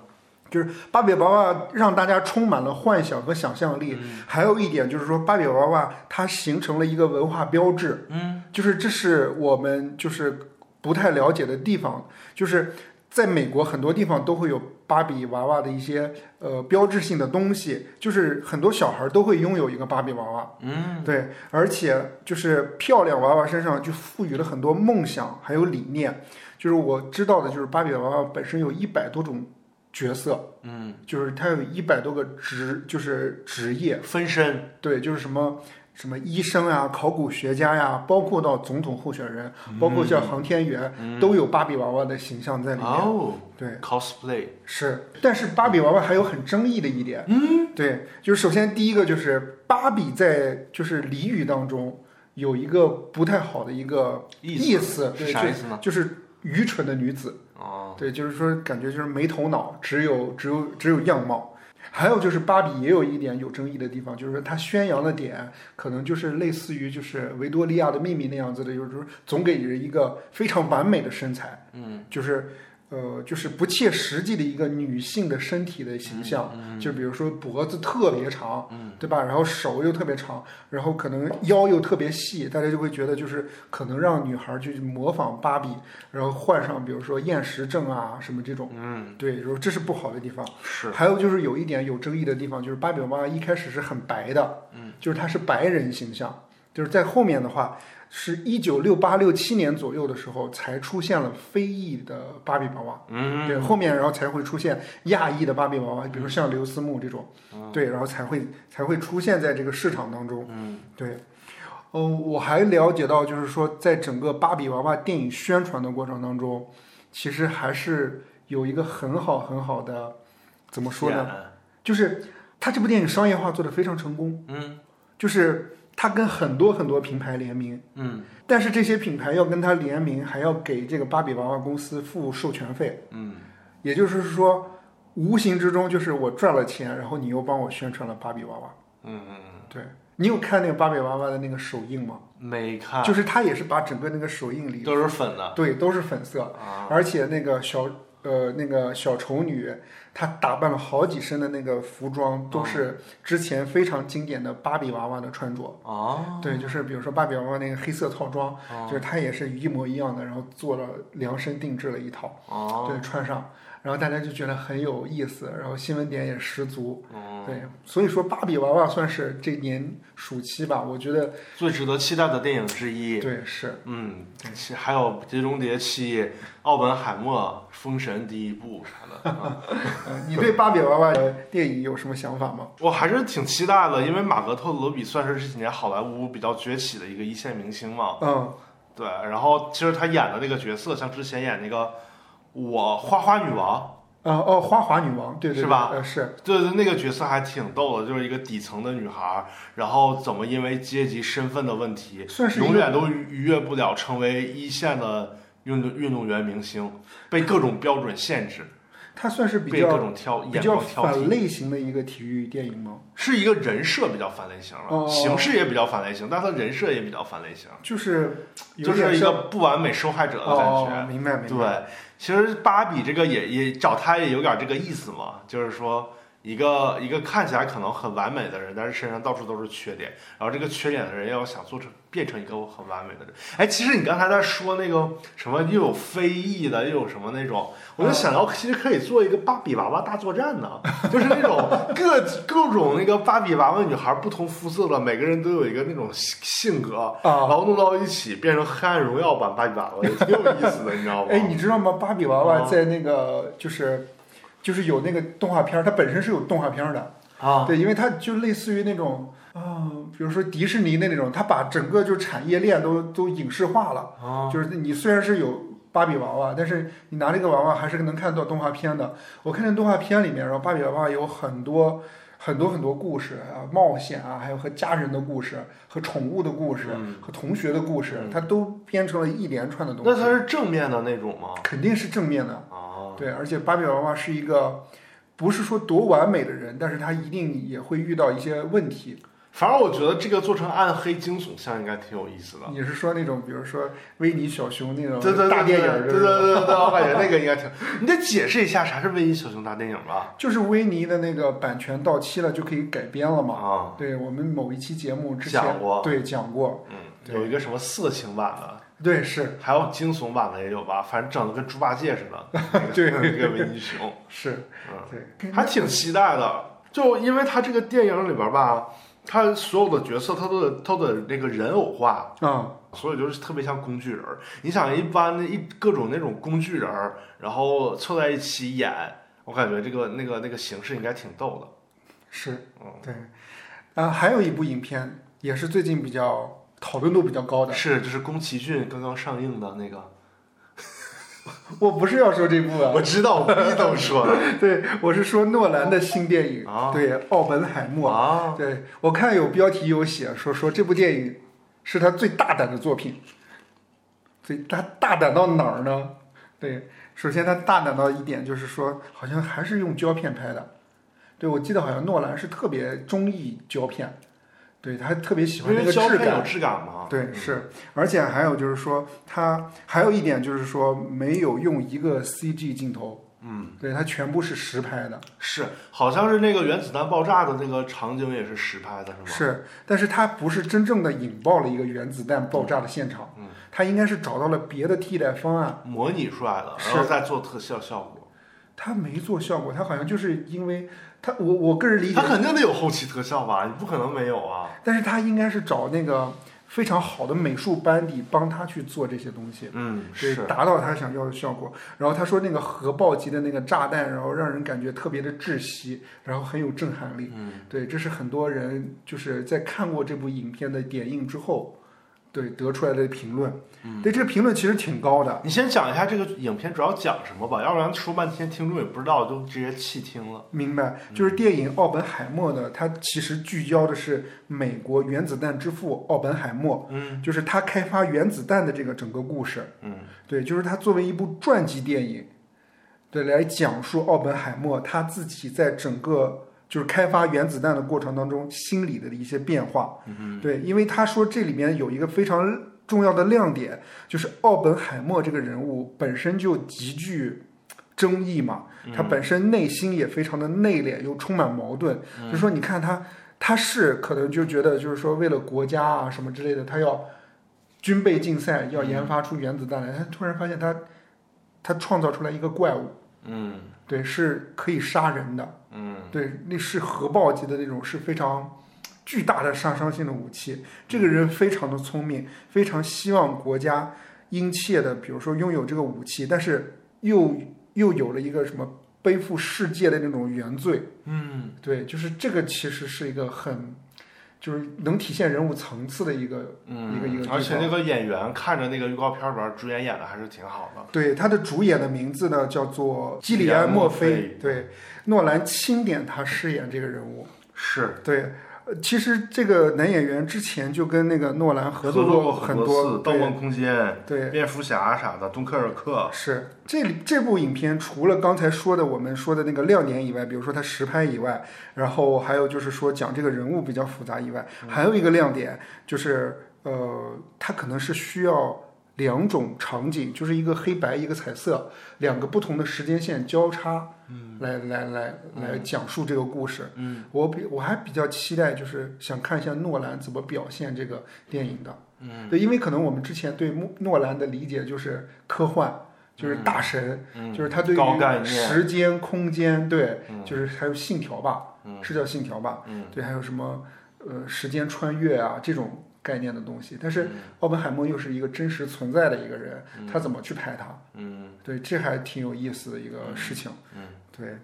S1: 就是芭比娃娃让大家充满了幻想和想象力，还有一点就是说芭比娃娃它形成了一个文化标志，
S2: 嗯，
S1: 就是这是我们就是不太了解的地方，就是。在美国很多地方都会有芭比娃娃的一些呃标志性的东西，就是很多小孩都会拥有一个芭比娃娃，嗯，对，而且就是漂亮娃娃身上就赋予了很多梦想还有理念，就是我知道的就是芭比娃娃本身有一百多种角色，嗯，就是它有一百多个职，就是职业，
S2: 分身，
S1: 对，就是什么什么医生啊、考古学家呀、包括到总统候选人，包括像航天员，都有芭比娃娃的形象在里面。
S2: 嗯哦
S1: 对，
S2: ，cosplay，
S1: 是，但是芭比娃娃还有很争议的一点，嗯，对，就是首先第一个就是芭比在就是俚语当中有一个不太好的一个
S2: 意
S1: 意思，
S2: 是
S1: 对，
S2: 啥
S1: 就
S2: 意思呢？
S1: 就是愚蠢的女子，
S2: 哦，
S1: 对，就是说感觉就是没头脑，只有只有只有样貌。还有就是芭比也有一点有争议的地方，就是说它宣扬的点可能就是类似于就是维多利亚的秘密那样子的，就是说总给人一个非常完美的身材，嗯，就是呃就是不切实际的一个女性的身体的形象，
S2: 嗯
S1: 就比如说脖子特别长，嗯，对吧？然后手又特别长，然后可能腰又特别细，大家就会觉得就是可能让女孩去模仿芭比，然后患上比如说厌食症啊什么这种，
S2: 嗯，
S1: 对，然后这是不好的地方。
S2: 是，
S1: 还有就是有一点有争议的地方，就是芭比娃娃一开始是很白的，嗯，就是她是白人形象，就是在后面的话，是一九六八六七年左右的时候才出现了非裔的芭比娃娃，
S2: 嗯，
S1: 对，后面然后才会出现亚裔的芭比娃娃，比如像刘思慕这种，
S2: 嗯
S1: 对，然后才会才会出现在这个市场当中，嗯，对。哦，我还了解到，就是说，在整个芭比娃娃电影宣传的过程当中，其实还是有一个很好很好的，怎
S2: 嗯
S1: 么说呢？
S2: 呢？
S1: 就是他这部电影商业化做得非常成功，
S2: 嗯
S1: 就是他跟很多很多品牌联名，
S2: 嗯
S1: 但是这些品牌要跟他联名，还要给这个芭比娃娃公司付授权费，
S2: 嗯，
S1: 也就是说，无形之中就是我赚了钱，然后你又帮我宣传了芭比娃娃。
S2: 嗯，
S1: 对你有看那个芭比娃娃的那个首映吗？
S2: 没看，
S1: 就是他也是把整个那个首映里，
S2: 都是粉的
S1: 对，都是粉色，
S2: 啊，
S1: 而且那个小呃那个小丑女，她打扮了好几身的那个服装，
S2: 嗯
S1: 都是之前非常经典的芭比娃娃的穿着。
S2: 哦，
S1: 对，就是比如说芭比娃娃那个黑色套装，就是她也是一模一样的，然后做了量身定制了一套，
S2: 哦，
S1: 对，穿上，然后大家就觉得很有意思，然后新闻点也十足。
S2: 嗯，
S1: 对，所以说芭比娃娃算是这年暑期吧，我觉得
S2: 最值得期待的电影之一。
S1: 对是，
S2: 嗯，其还有《碟中谍七》、《奥本海默》、《封神》第一部啥的，啊
S1: 呃你对芭比娃娃的电影有什么想法吗？
S2: 我还是挺期待的，因为马格特罗比算是这几年好莱坞比较崛起的一个一线明星嘛。
S1: 嗯
S2: 对，然后其实他演的那个角色，像之前演那个《我花花女王》，
S1: 啊哦，花滑女王，对对
S2: 是
S1: 对
S2: 吧
S1: 呃是，
S2: 对对，那个角色还挺逗的，就是一个底层的女孩儿，然后怎么因为阶级身份的问题，
S1: 算是一
S2: 永
S1: 个
S2: 远都逾越不了成为一线的运动运动员明星，被各种标准限制，
S1: 它算是比
S2: 被各
S1: 较
S2: 种挑
S1: 比
S2: 眼
S1: 较
S2: 光挑
S1: 反
S2: 剔，
S1: 类型的一个体育电影吗？
S2: 是一个人设比较反类型了，
S1: 哦
S2: 形式也比较反类型，但他人设也比较反类型，
S1: 就是有
S2: 就是
S1: 点
S2: 一
S1: 像
S2: 个不完美受害者的感觉。
S1: 哦，明白明白，
S2: 对，其实芭比这个也也找他也有点这个意思嘛，就是说一个一个看起来可能很完美的人，但是身上到处都是缺点，然后这个缺点的人要想做成变成一个很完美的人。哎，其实你刚才在说那个什么又有非议的，又有什么那种，我就想到其实可以做一个芭比娃娃大作战呢， 就是那种各各种那个芭比娃娃女孩不同肤色的，每个人都有一个那种性性格。然
S1: 啊。
S2: 后弄到一起变成黑暗荣耀版芭比娃娃，也挺有意思的，你知道吗？
S1: 哎，你知道吗？芭比娃娃
S2: 哦
S1: 在那个就是就是有那个动画片儿，它本身是有动画片儿的，
S2: 啊，
S1: 对，因为它就类似于那种啊、比如说迪士尼的那种，它把整个就产业链都都影视化了。
S2: 啊，
S1: 就是你虽然是有芭比娃娃，但是你拿这个娃娃还是能看到动画片的。我看见动画片里面，然后芭比娃娃有很多很多很多故事啊，冒险啊，还有和家人的故事、和宠物的故
S2: 嗯
S1: 事、和同学的故事，它都编成了一连串的东西。
S2: 那它是正面的那种吗？
S1: 肯定是正面的，
S2: 啊，
S1: 对，而且芭比娃娃是一个。不是说多完美的人，但是他一定也会遇到一些问题。
S2: 反正我觉得这个做成暗黑惊悚像应该挺有意思的。
S1: 你是说那种，比如说维尼小熊那
S2: 对对
S1: 种
S2: 对
S1: 嗯大电影儿，
S2: 对对
S1: 就是
S2: 对对对，我感觉那个应该挺。你得解释一下啥是《唯一小熊大电影》吧？
S1: 就是维尼的那个版权到期了，就可以改编了嘛。
S2: 啊，
S1: 对我们某一期节目之前
S2: 讲过
S1: 对讲过，
S2: 嗯，有一个什么色情版的，
S1: 对，是
S2: 还有惊悚版的也有吧，反正整的跟猪八戒似 的，
S1: 对
S2: 那个维尼熊，
S1: 是，对，
S2: 还挺期待的。就因为他这个电影里边吧，他所有的角色他都得他都得那个人偶化，
S1: 啊，
S2: 所以就是特别像工具人儿。你想，一般的一各种那种工具人儿，然后凑在一起演，我感觉这个那个那个形式应该挺逗的。
S1: 是，
S2: 嗯
S1: 对，啊，还有一部影片也是最近比较讨论度比较高的，
S2: 是，就是宫崎骏刚刚上映的那个，
S1: 我不是要说这部啊
S2: 我，知道，我故意这么说的
S1: 对我是说诺兰的新电影，
S2: 啊
S1: 对，《奥本海默》
S2: 啊。
S1: 对我看有标题有写说说这部电影是他最大胆的作品，所以他大胆到哪儿呢？对，首先他大胆到一点就是说，好像还是用胶片拍的。对，我记得好像诺兰是特别中意胶片，对他还特别喜欢
S2: 因
S1: 那
S2: 为
S1: 个
S2: 胶
S1: 质
S2: 片
S1: 感
S2: 有。嗯质感嘛，啊
S1: 对，是，而且还有就是说，他还有一点就是说，没有用一个 CG 镜头，
S2: 嗯，
S1: 对，他全部是实拍的。
S2: 是，好像是那个原子弹爆炸的那个场景也是实拍的，是吗？
S1: 是，但是它不是真正的引爆了一个原子弹爆炸的现场，
S2: 嗯
S1: 它应该是找到了别的替代方案。
S2: 模拟出来的，
S1: 是
S2: 然后再做特效效果。
S1: 它没做效果，它好像就是因为它，我我个人理解
S2: 它，肯定得有后期特效吧？你不可能没有啊。
S1: 但是它应该是找那个非常好的美术班底帮他去做这些东西。
S2: 嗯，
S1: 对，
S2: 是，
S1: 达到他想要的效果。然后他说那个核爆级的那个炸弹，然后让人感觉特别的窒息，然后很有震撼力。
S2: 嗯，
S1: 对，这是很多人就是在看过这部影片的点映之后，对得出来的评论。对，这个评论其实挺高的。
S2: 你先讲一下这个影片主要讲什么吧，要不然说半天听众也不知道，就直接弃听了。
S1: 明白，就是电影《奥本海默》呢，它其实聚焦的是美国原子弹之父奥本海默，
S2: 嗯
S1: 就是他开发原子弹的这个整个故事。
S2: 嗯
S1: 对，就是它作为一部传记电影，对，来讲述奥本海默他自己在整个就是开发原子弹的过程当中心理的一些变化。
S2: 嗯
S1: 对，因为他说这里面有一个非常重要的亮点，就是奥本海默这个人物本身就极具。争议嘛，
S2: 嗯
S1: 他本身内心也非常的内敛，又充满矛盾。
S2: 嗯
S1: 就说你看他，他是可能就觉得就是说为了国家啊什么之类的，他要军备竞赛，要研发出原子弹来。他突然发现他，他创造出来一个怪物，
S2: 嗯
S1: 对，是可以杀人的，
S2: 嗯
S1: 对，那是核爆级的那种，是非常巨大的杀伤性的武器。这个人非常的聪明，非常希望国家殷切的，比如说拥有这个武器，但是又又有了一个什么背负世界的那种原罪。
S2: 嗯，
S1: 对，就是这个其实是一个很，就是能体现人物层次的一个，
S2: 嗯
S1: 一个一个地方
S2: 而且那个演员看着那个预告片里边，主演演的还是挺好的。
S1: 对，他的主演的名字呢叫做基里
S2: 基里安
S1: 安·墨
S2: 墨菲
S1: 菲，对，诺兰钦点他饰演这个人物，
S2: 是
S1: 对。呃其实这个男演员之前就跟那个诺兰合作
S2: 过
S1: 很
S2: 多次
S1: 多，
S2: 《盗梦空间》
S1: 对
S2: 《蝙蝠侠》啥的，《敦刻尔克
S1: 对，是这里这部影片除了刚才说的我们说的那个亮点以外，比如说它实拍以外，然后还有就是说讲这个人物比较复杂以外，还有一个亮点就是呃，它可能是需要两种场景，就是一个黑白一个彩色，两个不同的时间线交叉，来来来来讲述这个故事。嗯，我比我还比较期待，就是想看一下诺兰怎么表现这个电影的。嗯，对，因为可能我们之前对诺诺兰的理解就是科幻。就是大神，
S2: 嗯
S1: 就是他对
S2: 高概
S1: 于
S2: 念
S1: 时间、空间，对，
S2: 嗯
S1: 就是还有信条吧，
S2: 嗯
S1: 是叫信条吧？
S2: 嗯
S1: 对，还有什么呃时间穿越啊这种概念的东西。但
S2: 嗯
S1: 是奥本海默又是一个真实存在的一个人，他怎么去拍他？
S2: 嗯，
S1: 对，这还挺有意思的一个事情。
S2: 嗯，
S1: 对，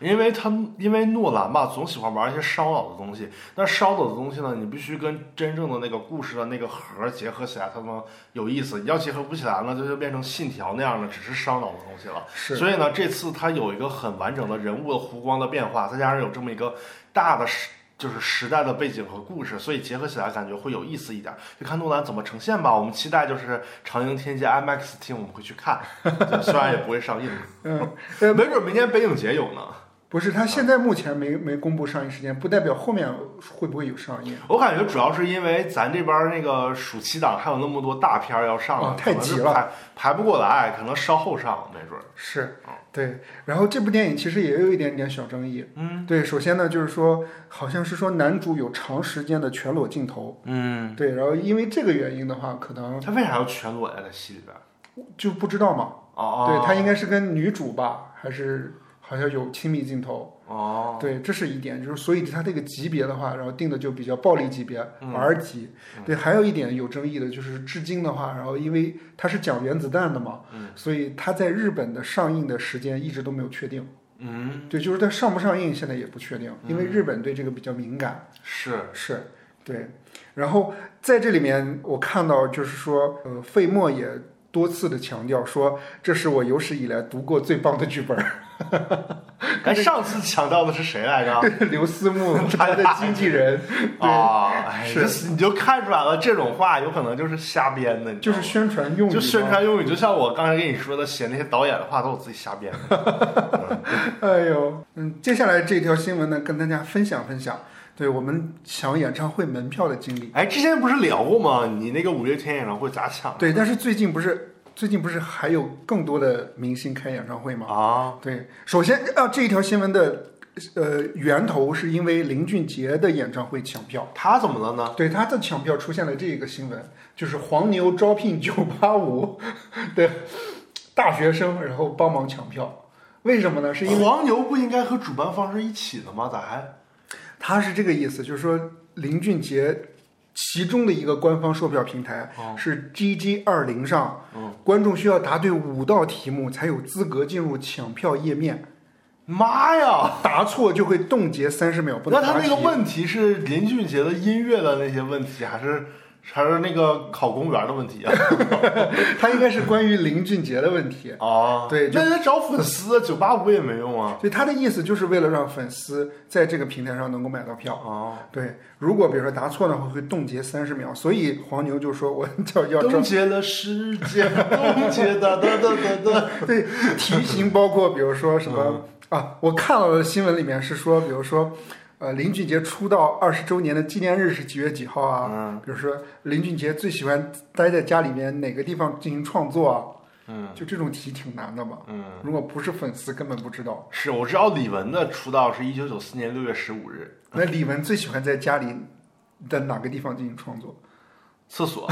S2: 因为他因为诺兰吧，总喜欢玩一些烧脑的东西。那烧脑的东西呢，你必须跟真正的那个故事的那个核儿结合起来，才能有意思。你要结合不起来呢，这就变成信条那样的，只是烧脑的东西了。
S1: 是
S2: 所以呢，这次它有一个很完整的人物的弧光的变化，再加上有这么一个大的时，就是时代的背景和故事，所以结合起来感觉会有意思一点。就看诺兰怎么呈现吧。我们期待就是长映天阶 IMAX 厅我们会去看，对虽然也不会上映，
S1: 嗯，
S2: 没准明年北影节有呢。
S1: 不是，它现在目前没没公布上映时间，不代表后面会不会有上映。
S2: 我感觉主要是因为咱这边那个暑期档还有那么多大片儿要上
S1: 哦太急了
S2: 可能是排排不过来，可能稍后上，没准儿。
S1: 是，
S2: 哦
S1: 对。然后这部电影其实也有一点点小争议。
S2: 嗯
S1: 对，首先呢，就是说，好像是说男主有长时间的全裸镜头。
S2: 嗯，
S1: 对，然后因为这个原因的话，可能
S2: 他为啥要全裸呀？在戏里边？
S1: 就不知道嘛。
S2: 哦哦，
S1: 对他应该是跟女主吧，还是好像有亲密镜头。
S2: 哦，
S1: 对，这是一点，就是所以他这个级别的话，然后定的就比较暴力级别、
S2: 嗯
S1: R 级。对，还有一点有争议的就是至今的话，然后因为它是讲原子弹的嘛，
S2: 嗯
S1: 所以它在日本的上映的时间一直都没有确定。
S2: 嗯，
S1: 对，就是它上不上映现在也不确定，因为日本对这个比较敏感。
S2: 是，
S1: 是，对。然后在这里面，我看到就是说，呃，费莫也多次的强调说，这是我有史以来读过最棒的剧本儿。
S2: 哎，上次强调的是谁来 着？
S1: 刘思 慕他的经纪人，对，
S2: 啊，哎，
S1: 是
S2: 这你就看出来了，这种话有可能就是瞎编的，你知
S1: 就
S2: 道
S1: 是
S2: 吗
S1: 宣传用语嘛，
S2: 就宣传用语，就像我刚才跟你说的，写那些导演的话都是我自己瞎编的。
S1: 哎呦，嗯，接下来这条新闻呢，跟大家分享分享，对我们抢演唱会门票的经历。
S2: 哎，之前不是聊过吗？你那个五月天演唱会咋抢的？
S1: 对，但是最近不是最近不是还有更多的明星开演唱会吗？
S2: 啊，
S1: 对，首先啊，这一条新闻的呃源头是因为林俊杰的演唱会抢票。
S2: 他怎么了呢？
S1: 对，他的抢票出现了这个新闻，就是黄牛招聘九八五的大学生，然后帮忙抢票。为什么呢？是因为
S2: 黄牛不应该和主办方是一起的吗？咋还？
S1: 他是这个意思，就是说林俊杰其中的一个官方售票平台
S2: 哦
S1: 是 GG 二零上，
S2: 嗯
S1: 观众需要答对五道题目才有资格进入抢票页面，
S2: 妈呀！
S1: 答错就会冻结三十秒，不
S2: 那
S1: 能
S2: 他
S1: 答
S2: 那个
S1: 题。
S2: 问题是林俊杰的音乐的那些问题，还是还是那个考公务员的问题啊？
S1: 他应该是关于林俊杰的问题。
S2: 哦
S1: 对就
S2: 那他找粉丝，九八五也没用啊。
S1: 所以他的意思就是为了让粉丝在这个平台上能够买到票。
S2: 哦，
S1: 对，如果比如说答错的话，会冻结三十秒。所以黄牛就说我要要招
S2: 冻结了世界，冻结的的的的 的。
S1: 对，题型包括比如说什么、啊，我看到的新闻里面是说，比如说，呃，林俊杰出道二十周年的纪念日是几月几号啊？
S2: 嗯
S1: 比如说林俊杰最喜欢待在家里面哪个地方进行创作啊？
S2: 嗯
S1: 就这种题挺难的嘛，
S2: 嗯，
S1: 如果不是粉丝根本不知道。
S2: 是我知道李玟的出道是一九九四年六月十五日，
S1: 那李玟最喜欢在家里的哪个地方进行创作？
S2: 厕所，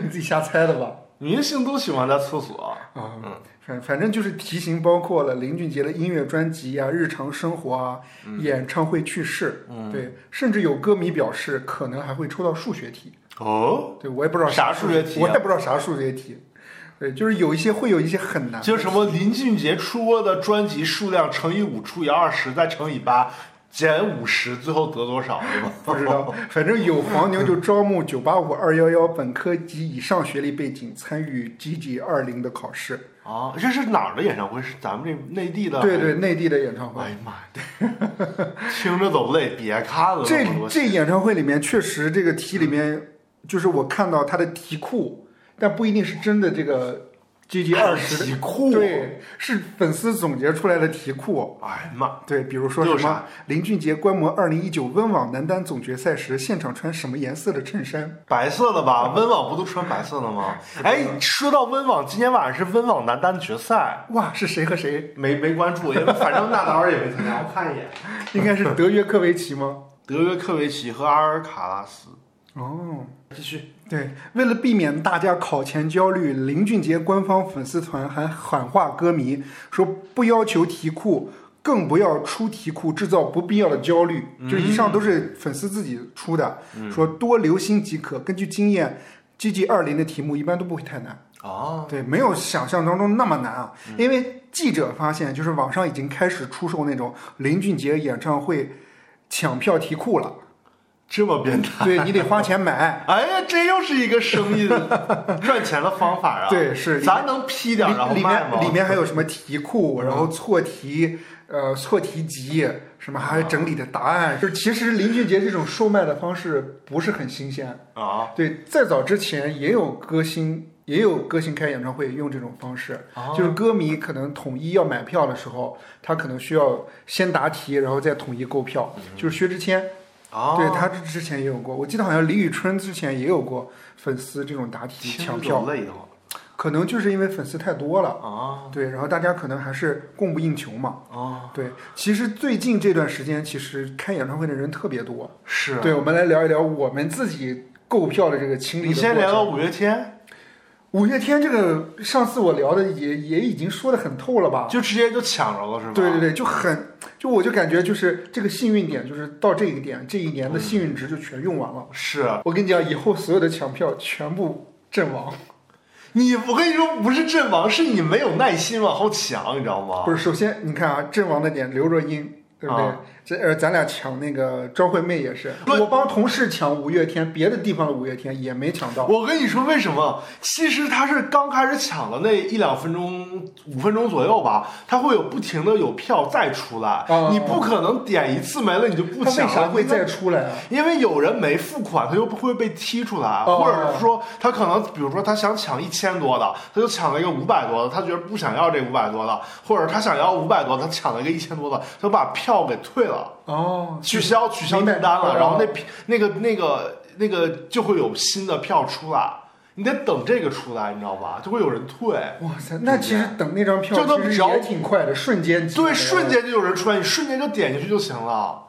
S1: 你自己瞎猜的吧？
S2: 明星都喜欢在厕所。
S1: 啊
S2: 嗯，
S1: 反反正就是题型包括了林俊杰的音乐专辑啊、日常生活啊、演唱会趣事，
S2: 嗯
S1: 对，甚至有歌迷表示可能还会抽到数学题，
S2: 哦，
S1: 对我也不知道
S2: 啥
S1: 数
S2: 数学题啊
S1: 我也不知道啥数学题，对，就是有一些会有一些很难，
S2: 就是什么林俊杰出过的专辑数量乘以五除以二十，再乘以八，减五十，最后得多少，对吧？
S1: 不知道，反正有黄牛就招募九八五二幺幺本科及以上学历背景参与 GG 二零的考试，
S2: 啊，这是哪儿的演唱会？是咱们这内地的？
S1: 对对，。内地的演唱会
S2: 哎。呀妈呀， 听着都累，别看了。
S1: 这
S2: 那么多
S1: 这演唱会里面确实这个题里
S2: 嗯
S1: 面，就是我看到他的题库，但不一定是真的这个 G G 二十
S2: 题库
S1: 对，是粉丝总结出来的题库。
S2: 哎呀妈，
S1: 对，比如说
S2: 都有
S1: 什么林俊杰观摩二零一九温网男单总决赛时现场穿什么颜色的衬衫？
S2: 白色的吧？温网不都穿白色的吗？哎，说到温网，今天晚上是温网男单决赛，
S1: 哇，是谁和谁？
S2: 没没关注，因为反正纳达尔也没参加，我看一眼。
S1: 应该是德约科维奇吗？
S2: 德约科维奇和阿尔卡拉斯，
S1: 哦，
S2: 继续。
S1: 对，为了避免大家考前焦虑，林俊杰官方粉丝团还喊话歌迷说，不要求题库，更不要出题库制造不必要的焦虑。就以上都是粉丝自己出的，说多留心即可。根据经验，G G 二零的题目一般都不会太难，
S2: 哦，
S1: 对，没有想象当中那么难啊。因为记者发现，就是网上已经开始出售那种林俊杰演唱会抢票题库了，
S2: 这么变态。
S1: 对你得花钱买。
S2: 哎呀，这又是一个生 意的赚钱的方法啊！
S1: 对是
S2: 咱能批点儿然后嗯
S1: 里里
S2: 卖
S1: 面
S2: 吗？
S1: 里面还有什么题库，然后错题，呃，错题集，什么
S2: 啊
S1: 还有整理的答案，就是其实林俊杰这种售卖的方式不是很新鲜。
S2: 啊，
S1: 对，在早之前也有歌星也有歌星开演唱会用这种方式，
S2: 啊
S1: 就是歌迷可能统一要买票的时候，他可能需要先答题，然后再统一购票。就是薛之谦，
S2: 嗯啊，
S1: 哦对他之之前也有过，我记得好像李宇春之前也有过粉丝这种答题抢
S2: 听着
S1: 票
S2: 都，累得慌
S1: 可能就是因为粉丝太多了，
S2: 啊
S1: 对，然后大家可能还是供不应求嘛。
S2: 啊，
S1: 对，其实最近这段时间，其实开演唱会的人特别多。
S2: 是。啊
S1: 对，我们来聊一聊我们自己购票的这个情理
S2: 你
S1: 的过程。
S2: 先聊聊五月天，
S1: 五月天这个，上次我聊的也也已经说的很透了吧？
S2: 就直接就抢着了是吧？
S1: 对对对，就很，就我就感觉就是这个幸运点，就是到这一点，这一年
S2: 嗯
S1: 的幸运值就全用完了。
S2: 是啊
S1: 我跟你讲，以后所有的抢票全部阵亡，
S2: 你，我跟你说，不是阵亡，是你没有耐心往后抢，你知道吗？
S1: 不是？首先你看啊，阵亡的点刘若英，对不对？
S2: 啊
S1: 这呃，咱俩抢那个张惠妹也是，
S2: 对
S1: 我帮同事抢五月天，别的地方的五月天也没抢到。
S2: 我跟你说为什么？其实他是刚开始抢的那一两分钟、五分钟左右吧，他会有不停的有票再出来，
S1: 啊
S2: 你不可能点一次没了你就不
S1: 他
S2: 抢
S1: 为
S2: 了。
S1: 啥会
S2: 因
S1: 再出来啊？
S2: 因为有人没付款，他就不会被踢出来，
S1: 哦
S2: 或者说他可能，比如说他想抢一千多的，他就抢了一个五百多的，他觉得不想要这五百多的，或者他想要五百多的，他抢了一个一千多的，他把票给退了，
S1: 哦，
S2: 取消取消
S1: 明白
S2: 订单
S1: 哦
S2: 了，然后那批那个那个那个就会有新的票出来，你得等这个出来，你知道吧？就会有人退。
S1: 哇塞，那其实等那张票
S2: 就那么
S1: 其实
S2: 着
S1: 也挺快的，瞬间即
S2: 对，
S1: 没
S2: 瞬间就有人出来，你瞬间就点进去就行了。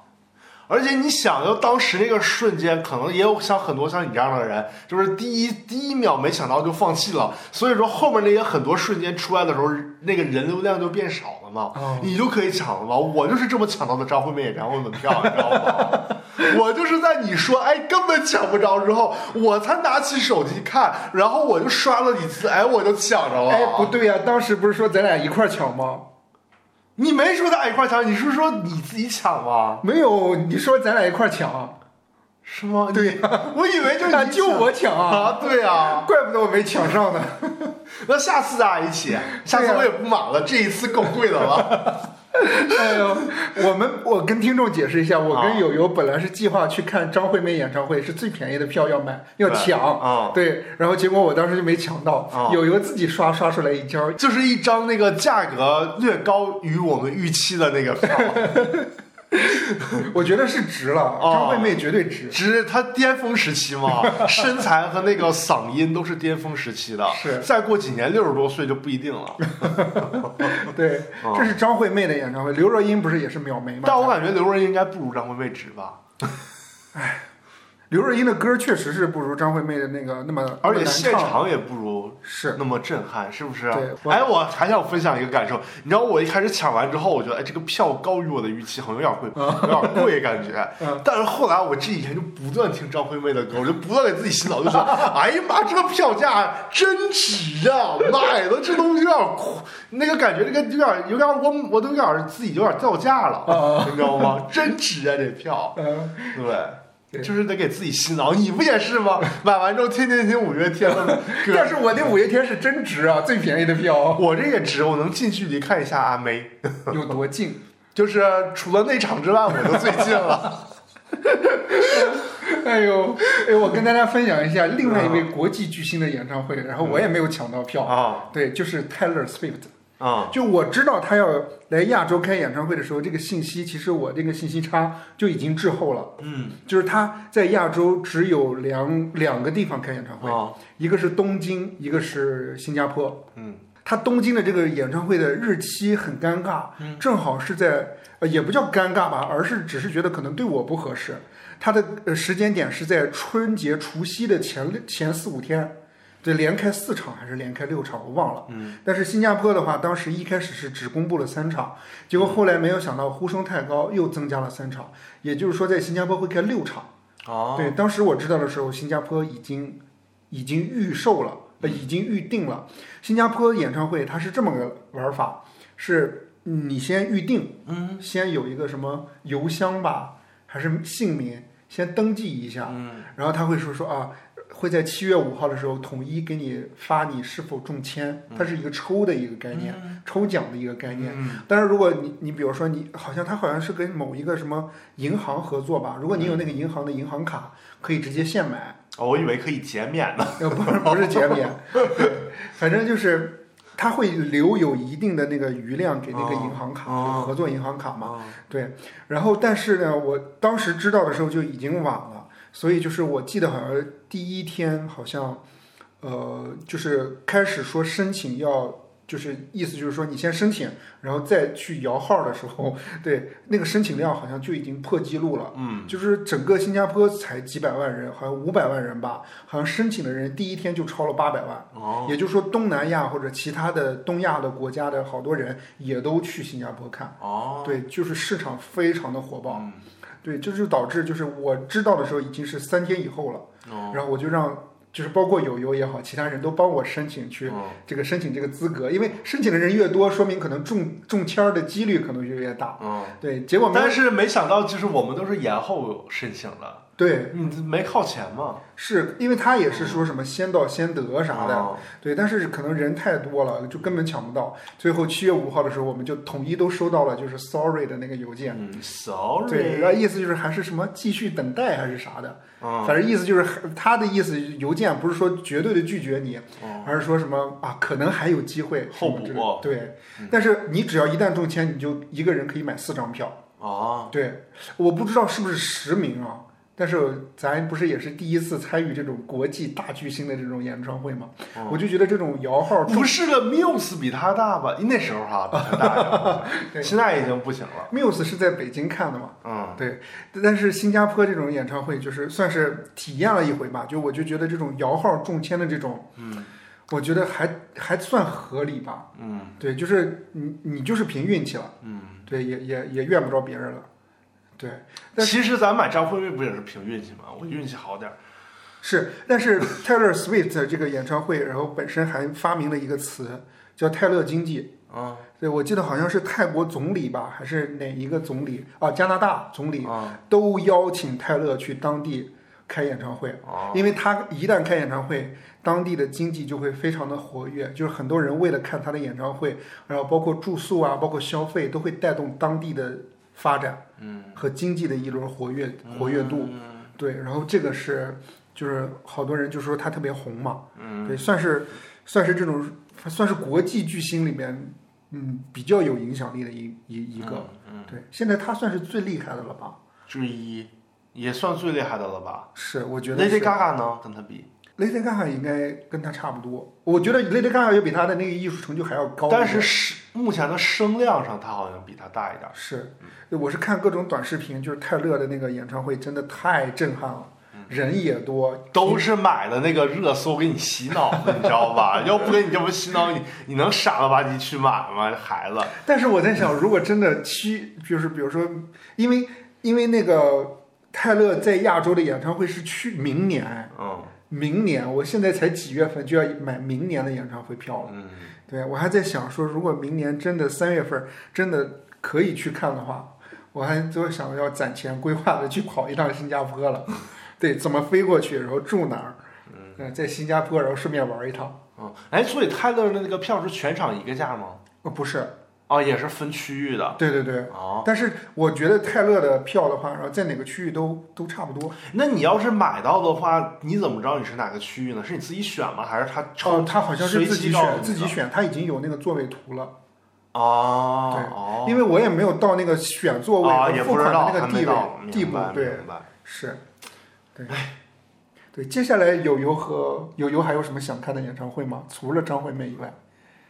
S2: 而且你想，就当时那个瞬间，可能也有像很多像你这样的人，就是第一第一秒没想到就放弃了。所以说后面那些很多瞬间出来的时候，那个人流量就变少了嘛，
S1: 哦
S2: 你就可以抢了嘛。我就是这么抢到的张惠妹演唱会门票，你知道吗？ 我就是在你说哎根本抢不着之后，我才拿起手机看，然后我就刷了几次，哎我就抢着了。
S1: 哎，不对呀、当时不是说咱俩一块儿抢吗？
S2: 你没说他一块抢，你是说你自己抢吗？
S1: 没有，你说咱俩一块儿抢，
S2: 是吗？
S1: 对呀、
S2: 我以为就是你
S1: 啊
S2: 抢
S1: 就我抢啊，
S2: 啊，对啊，
S1: 怪不得我没抢上呢。
S2: 那下次咱俩一
S1: 啊
S2: 起，下次我也不买了，这一次够贵的了。
S1: 哎呦，我们我跟听众解释一下，我
S2: 啊
S1: 跟友友本来是计划去看张惠妹演唱会，是最便宜的票要买要
S2: 对
S1: 抢，
S2: 啊
S1: 对，然后结果我当时就没抢
S2: 啊
S1: 到，友友自己刷刷出来一 张，
S2: 就是一张那个价格略高于我们预期的那个票，
S1: 我觉得是值了，
S2: 哦
S1: 张惠妹绝对值，
S2: 只是他巅峰时 期嘛，身材和那个嗓音都是巅峰时期的，
S1: 是
S2: 再过几年六十多岁就不一 定了。
S1: 对
S2: 哦，
S1: 这是张惠妹的演唱会，刘若英不是也是秒没吗？
S2: 但我感觉刘若英应该不如张惠妹值吧，
S1: 刘若英的歌确实是不如张惠妹的那个那么，
S2: 而且
S1: 那么
S2: 现
S1: 难唱
S2: 场也不如
S1: 是
S2: 那么震撼，是不是？
S1: 对我
S2: 哎，我还想分享一个感受，你知道我一开始抢完之后，我觉得哎，这个票高于我的预期，好像有点贵，有点贵感觉。
S1: 嗯
S2: 但是后来我这几天就不断听张惠妹的歌，我就不断给自己洗脑，就说，哎呀妈，这个票价真值啊！买的这东西有点苦，那个感觉，这个有点有点我我都有点自己有点掉价了，你知道吗？真值啊，这票。
S1: 嗯，
S2: 对，
S1: 对
S2: 就是得给自己洗脑，你不也是 吗？买完之后天天听五月天的歌，
S1: 但是我那五月天是真值啊，最便宜的票
S2: 我这也值，我能近距离看一下阿妹，
S1: 有多近？
S2: 就是除了那场之外，我都最 近了。
S1: 哎呦，哎，我跟大家分享一下另外一位国际巨星的演唱会，然后我也没有抢到票，
S2: 啊
S1: 对，就是 Taylor Swift。
S2: 啊
S1: 就我知道他要来亚洲开演唱会的时候，这个信息其实我这个信息差就已经滞后了。
S2: 嗯
S1: 就是他在亚洲只有两两个地方开演唱会，
S2: 啊
S1: 一个是东京，一个是新加坡。
S2: 嗯
S1: 他东京的这个演唱会的日期很尴尬，正好是在呃也不叫尴尬吧，而是只是觉得可能对我不合适。他的呃时间点是在春节除夕的前六前四五天，对，连开四场还是连开六场，我忘了。
S2: 嗯
S1: 但是新加坡的话，当时一开始是只公布了三场，结果后来没有想到呼声太高，又增加了三场，也就是说在新加坡会开六场。
S2: 啊
S1: 对，当时我知道的时候，新加坡已经已经预售了，呃，已经预定了。新加坡演唱会它是这么个玩法，是你先预定，
S2: 嗯
S1: 先有一个什么邮箱吧，还是姓名，先登记一下，
S2: 嗯
S1: 然后他会说说啊。会在七月五号的时候统一给你发你是否中签，它是一个抽的一个概念，抽奖的一个概念。
S2: 嗯
S1: 但是如果你你比如说你好像他好像是跟某一个什么银行合作吧，如果你有那个银行的银行卡，可以直接现买。
S2: 哦我以为可以减免呢。
S1: 呃，不是不是减免，反正就是他会留有一定的那个余量给那个银行卡，
S2: 哦
S1: 就合作银行卡嘛。对，然后但是呢，我当时知道的时候就已经晚了，所以就是我记得好像第一天好像，呃，就是开始说申请要。就是意思就是说，你先申请，然后再去摇号的时候， 对那个申请量好像就已经破纪录了。
S2: 嗯，
S1: 就是整个新加坡才几百万人，好像五百万人吧，好像申请的人第一天就超了八百万。
S2: 哦，
S1: 也就是说，东南亚或者其他的东亚的国家的好多人也都去新加坡看，
S2: 哦，
S1: 对，就是市场非常的火爆，
S2: 嗯，
S1: 对，这就导致就是我知道的时候已经是三天以后了，
S2: 哦，
S1: 然后我就让就是包括友友也好，其他人都帮我申请去
S2: 哦
S1: 这个申请这个资格，因为申请的人越多，说明可能中中签儿的几率可能就越大，
S2: 嗯，
S1: 对，结果没有
S2: 但是没想到，就是我们都是延后申请的，
S1: 对，
S2: 嗯，没靠前嘛，
S1: 是因为他也是说什么先到先得啥的，
S2: 哦
S1: 对，但是可能人太多了，就根本抢不到。最后七月五号的时候，我们就统一都收到了就是 sorry 的那个邮件，
S2: 嗯
S1: 对，然
S2: ，sorry，
S1: 后意思就是还是什么继续等待还是啥的，
S2: 嗯，
S1: 反正意思就是还他的意思，邮件不是说绝对的拒绝你，
S2: 哦
S1: 而是说什么啊可能还有机会
S2: 候补嗯
S1: 什么之类的对，但是你只要一旦中签，你就一个人可以买四张票，
S2: 哦，
S1: 对，我不知道是不是实名啊，但是咱不是也是第一次参与这种国际大巨星的这种演唱会吗？
S2: 哦
S1: 我就觉得这种摇号
S2: 不是个 Muse 比他大吧？ 那时候哈，比他大一
S1: 对
S2: 点，现在已经不行了，
S1: Muse 是在北京看的嘛，
S2: 嗯，
S1: 对，但是新加坡这种演唱会就是算是体验了一回吧，就我就觉得这种摇号中签的这种，
S2: 嗯，
S1: 我觉得还还算合理吧，
S2: 嗯，
S1: 对，就是你你就是凭运气了，
S2: 嗯，
S1: 对，也也也怨不着别人了，对，但
S2: 其实咱买张惠妹不也是凭运气吗？我运气好点儿，
S1: 是，但是 Taylor Swift 这个演唱会，然后本身还发明了一个词叫泰勒经济。
S2: 嗯，
S1: 对，我记得好像是泰国总理吧，还是哪一个总理啊？加拿大总理
S2: 嗯，
S1: 都邀请泰勒去当地开演唱会，
S2: 哦，
S1: 因为他一旦开演唱会，当地的经济就会非常的活跃，就是很多人为了看他的演唱会，然后包括住宿啊，包括消费，都会带动当地的发展，嗯，和经济的一轮活跃活跃度。
S2: 嗯
S1: 对，然后这个是就是好多人就说他特别红嘛，
S2: 嗯，
S1: 对，算是算是这种算是国际巨星里面嗯比较有影响力的一一一个，
S2: 嗯，
S1: 对，现在他算是最厉害的了吧？
S2: 之一也算最厉害的了吧？
S1: 是，我觉得
S2: Lady
S1: 是
S2: Gaga 呢，跟他比，
S1: Lady Gaga 应该跟他差不多，我觉得 Lady Gaga 要比他的那个艺术成就还要高一点，
S2: 但是是目前的声量上，他好像比他大一点儿。
S1: 是，我是看各种短视频，就是泰勒的那个演唱会真的太震撼了，人也多，
S2: 嗯都是买的那个热搜给你洗脑的，你知道 吧？要不给你这么洗脑，你你能傻了吧唧去买吗？孩子，
S1: 但是我在想，如果真的七，就是比如说，因为因为那个泰勒在亚洲的演唱会是去明年，
S2: 嗯
S1: 明年，我现在才几月份就要买明年的演唱会票了。
S2: 嗯，
S1: 对我还在想说，如果明年真的三月份真的可以去看的话，我还就想要攒钱规划的去跑一趟新加坡了。 对，怎么飞过去，然后住哪儿？嗯，在新加坡，然后顺便玩一趟。
S2: 嗯，哎，所以泰勒的那个票是全场一个价吗？
S1: 呃，不是，
S2: 哦，也是分区域的。
S1: 对对对。
S2: 哦，
S1: 但是我觉得泰勒的票的话，然后在哪个区域都都差不多。
S2: 那你要是买到的话，你怎么知道你是哪个区域呢？是你自己选吗？还是他抽？
S1: 哦，他好像是
S2: 随
S1: 自
S2: 机
S1: 己
S2: 告诉
S1: 选，
S2: 你
S1: 自己
S2: 的
S1: 选，他已经有那个座位图了。
S2: 哦，
S1: 对
S2: 哦，
S1: 因为我也没有到那个选座位
S2: 啊，
S1: 和
S2: 也
S1: 付
S2: 不知
S1: 款
S2: 道
S1: 的那个
S2: 还没
S1: 地
S2: 到
S1: 位地
S2: 明
S1: 步
S2: 白，
S1: 对，
S2: 明白。
S1: 是，对，对。接下来友友和友友还有什么想看的演唱会吗？除了张惠妹以外，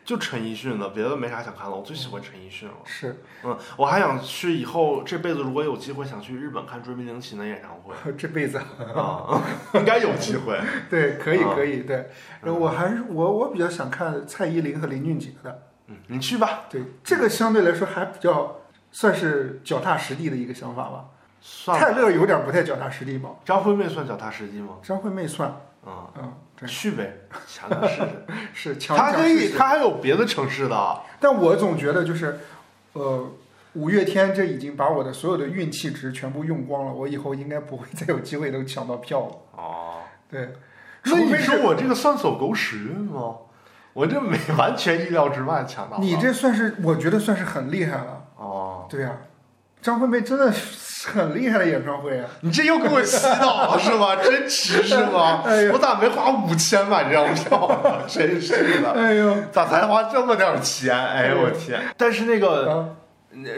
S2: 就陈奕迅的，别的没啥想看了。我最喜欢陈奕迅了。
S1: 是
S2: 嗯，我还想去以后这辈子如果有机会，想去日本看追名林琴的演唱 会
S1: 这辈子
S2: 啊，应该有机会。
S1: 对，可以
S2: 啊
S1: 可以，对。然
S2: 嗯
S1: 后我还是我我比较想看蔡依林和林俊杰的。
S2: 嗯，你去吧，
S1: 对，这个相对来说还比较算是脚踏实地的一个想法吧。
S2: 算了。
S1: 泰勒有点不太脚踏实地嘛，
S2: 张惠妹算脚踏实地吗？
S1: 张惠妹算，
S2: 嗯，
S1: 嗯，对，
S2: 去呗，想想试试。
S1: 是强
S2: 他
S1: 强
S2: 可以，
S1: 试试。
S2: 他还有别的城市的。啊
S1: 但我总觉得就是，呃，五月天这已经把我的所有的运气值全部用光了，我以后应该不会再有机会能抢到票了。
S2: 哦，
S1: 对，除
S2: 那你
S1: 非
S2: 说
S1: 是
S2: 我这个算走狗屎运吗？我这没完全意料之外抢到了。啊
S1: 你这算是我觉得算是很厉害了。啊
S2: 哦，
S1: 对呀、张惠妹真的是很厉害的演唱 会啊！
S2: 你这又给我洗脑了是吗？真值是 吗？
S1: 哎呦
S2: 我咋没花五千买这张票啊？真是的，
S1: 哎呦，
S2: 咋才花这么点儿钱？哎呦我天！但是那个
S1: 啊，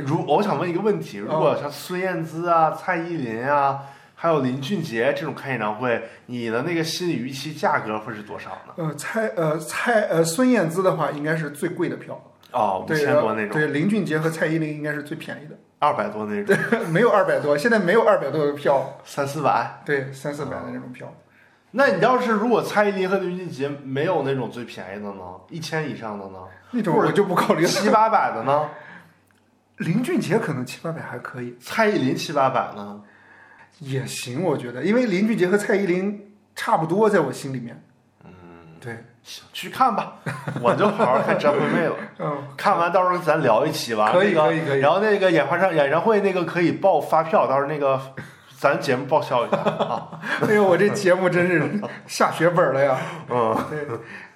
S2: 如我想问一个问题，如果像孙燕姿啊、蔡依林啊，还有林俊杰这种开演唱会，你的那个心理预期价格会是多少呢？
S1: 呃，蔡呃蔡呃孙燕姿的话，应该是最贵的票，
S2: 哦，五
S1: 对，
S2: 千
S1: 然后
S2: 多那种，
S1: 对，林俊杰和蔡依林应该是最便宜的，
S2: 二百多那种，
S1: 没有二百多，现在没有二百多的票，
S2: 三四百。
S1: 对，三四百的那种票，
S2: 那你要是如果蔡依林和林俊杰没有那种最便宜的呢？一千以上的呢？
S1: 那种
S2: 或者
S1: 我就不考虑了。
S2: 七八百的呢？
S1: 林俊杰可能七八百还可以，
S2: 蔡依林七八百呢？
S1: 也行，我觉得，因为林俊杰和蔡依林差不多，在我心里面。嗯，对，
S2: 行，去看吧，我就好好看张惠 妹了。
S1: 嗯，
S2: 看完到时候咱聊一期吧。
S1: 可以
S2: 那个
S1: 可以可以
S2: 然后那个演唱演唱会那个可以报发票，到时候那个咱节目报销一下 啊。
S1: 哎呦，我这节目真是下血本了呀！
S2: 嗯，
S1: 对，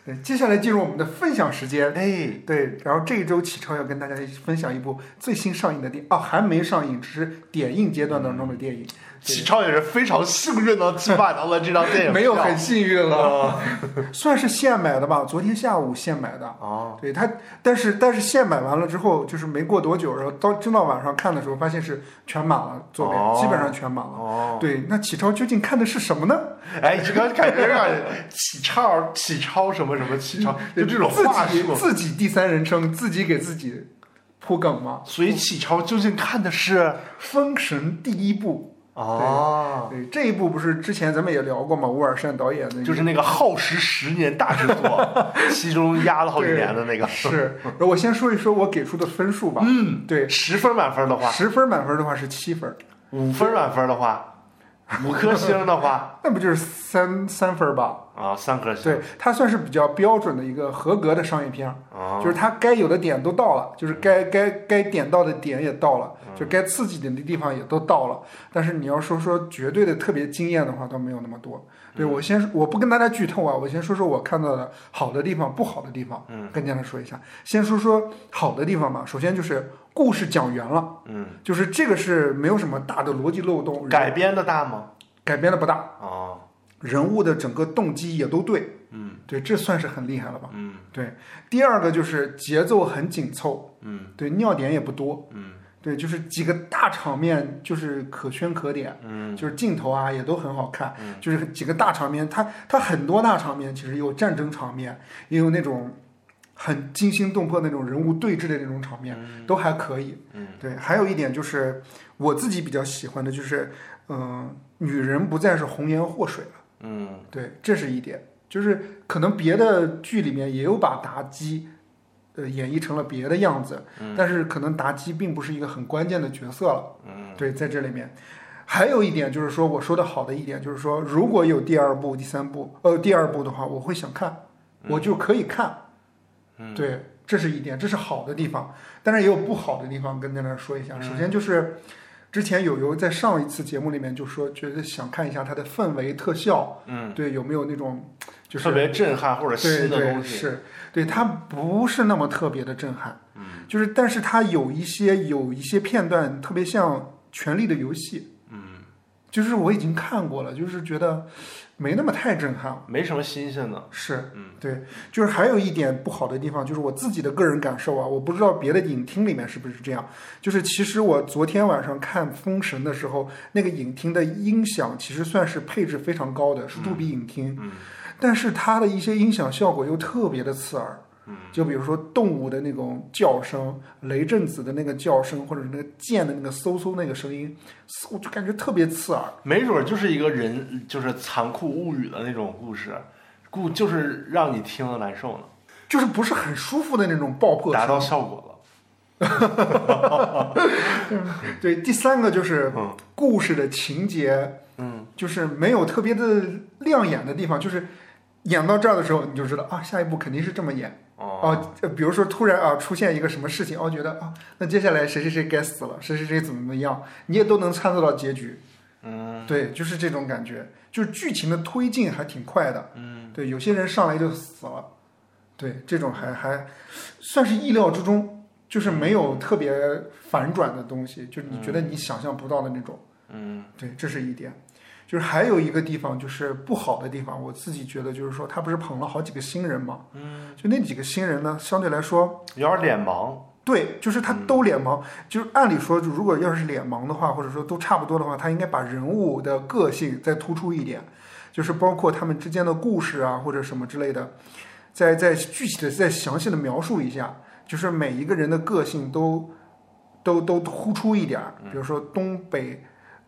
S1: 对，接下来进入我们的分享时间。
S2: 哎，
S1: 对，然后这一周启程要跟大家一起分享一部最新上映的电，哦，还没上映，只是点映阶段当中的电影，
S2: 启超也是非常幸运的去买到了这张电影票，
S1: 没有很幸运 了，
S2: 啊
S1: 算是现买的吧，昨天下午现买的。
S2: 啊
S1: 对它，但是但是现买完了之后，就是没过多久，然后到真到晚上看的时候，发现是全满了，座位、
S2: 哦
S1: 基本上全满了。
S2: 哦！
S1: 对，那启超究竟看的是什么呢？
S2: 哎，这个感觉感觉启超启超什么什么启超，就这种
S1: 自
S2: 话
S1: 己
S2: 术。
S1: 自己第三人称，自己给自己铺梗嘛。
S2: 所以启超究竟看的是
S1: 《封神》第一部，
S2: 哦，
S1: 对这一部不是之前咱们也聊过嘛？吴尔善导演的，
S2: 就是那个耗时十年大制 作，其中压了好几年的那个。
S1: 是。然后我先说一说我给出的分数吧。嗯，对，
S2: 十分满分的话，
S1: 十分满分的话是七分，
S2: 五分满分的话，五颗星的话，
S1: 那不就是三三分吧？
S2: 啊，三颗星。
S1: 对，它算是比较标准的一个合格的商业片儿，
S2: 啊，
S1: 就是它该有的点都到了，
S2: 嗯
S1: 就是该该该点到的点也到了，就该刺激点的地方也都到了。但是你要说说绝对的特别惊艳的话，倒没有那么多。
S2: 嗯
S1: 对我先我不跟大家剧透啊，我先说说我看到的好的地方、不好的地方，
S2: 嗯，
S1: 跟大家说一下。先说说好的地方吧，首先就是故事讲圆了，
S2: 嗯，
S1: 就是这个是没有什么大的逻辑漏洞，
S2: 改编的大吗？
S1: 改编的不大，
S2: 啊，
S1: 人物的整个动机也都对，
S2: 嗯
S1: 对，这算是很厉害了吧。
S2: 嗯
S1: 对，第二个就是节奏很紧凑，
S2: 嗯
S1: 对，尿点也不多，
S2: 嗯
S1: 对，就是几个大场面就是可圈可点，
S2: 嗯
S1: 就是镜头啊也都很好看，
S2: 嗯
S1: 就是几个大场面，它它很多大场面其实有战争场面，也有那种很惊心动魄那种人物对峙的那种场面，
S2: 嗯
S1: 都还可以。
S2: 嗯
S1: 对，还有一点就是我自己比较喜欢的就是，嗯、女人不再是红颜祸水了。
S2: 嗯
S1: 对，这是一点，就是可能别的剧里面也有把妲己，呃，演绎成了别的样子，
S2: 嗯
S1: 但是可能妲己并不是一个很关键的角色了。
S2: 嗯
S1: 对，在这里面，还有一点就是说，我说的好的一点就是说，如果有第二部、第三部，呃，第二部的话，我会想看，我就可以看。
S2: 嗯
S1: 对，这是一点，这是好的地方，但是也有不好的地方，跟大家说一下。
S2: 嗯
S1: 首先就是。之前友友在上一次节目里面就说，觉得想看一下它的氛围、特效，
S2: 嗯，
S1: 对，有没有那种就是
S2: 特别震撼或者
S1: 对
S2: 新的
S1: 对
S2: 东西。
S1: 是，对它不是那么特别的震撼，
S2: 嗯
S1: 就是但是它有一些有一些片段特别像《权力的游戏》，
S2: 嗯，
S1: 就是我已经看过了，就是觉得没那么太震撼了。
S2: 没什么新鲜的。
S1: 是，
S2: 嗯，
S1: 对，就是还有一点不好的地方，就是我自己的个人感受啊，我不知道别的影厅里面是不是这样。就是其实我昨天晚上看《封神》的时候，那个影厅的音响其实算是配置非常高的，是杜比影厅，
S2: 嗯
S1: 但是它的一些音响效果又特别的刺耳。
S2: 嗯
S1: 就比如说动物的那种叫声，雷震子的那个叫声，或者那个剑的那个嗖嗖那个声音，我就感觉特别刺耳。
S2: 没准儿就是一个人就是残酷物语的那种故事，故就是让你听了难受呢，
S1: 就是不是很舒服的那种爆破声
S2: 达到效果了。哦
S1: 对，第三个就是
S2: 嗯
S1: 故事的情节，
S2: 嗯，
S1: 就是没有特别的亮眼的地方，就是演到这儿的时候，你就知道啊，下一步肯定是这么演
S2: 哦，
S1: 啊。呃比如说突然啊出现一个什么事情，哦，觉得啊，那接下来谁谁谁该死了，谁谁谁怎么怎么样，你也都能参透到结局。
S2: 嗯
S1: 对，就是这种感觉，就是剧情的推进还挺快的。
S2: 嗯
S1: 对，有些人上来就死了，对，这种还还算是意料之中，就是没有特别反转的东西，就是你觉得你想象不到的那种。
S2: 嗯
S1: 对，这是一点。就是还有一个地方，就是不好的地方，我自己觉得就是说，他不是捧了好几个新人嘛，
S2: 嗯，
S1: 就那几个新人呢，相对来说，
S2: 有点脸盲，
S1: 对，就是他都脸盲，就是按理说，就如果要是脸盲的话，或者说都差不多的话，他应该把人物的个性再突出一点，就是包括他们之间的故事啊，或者什么之类的，再再具体的再详细的描述一下，就是每一个人的个性都都都突出一点儿，
S2: 嗯
S1: 比如说东北。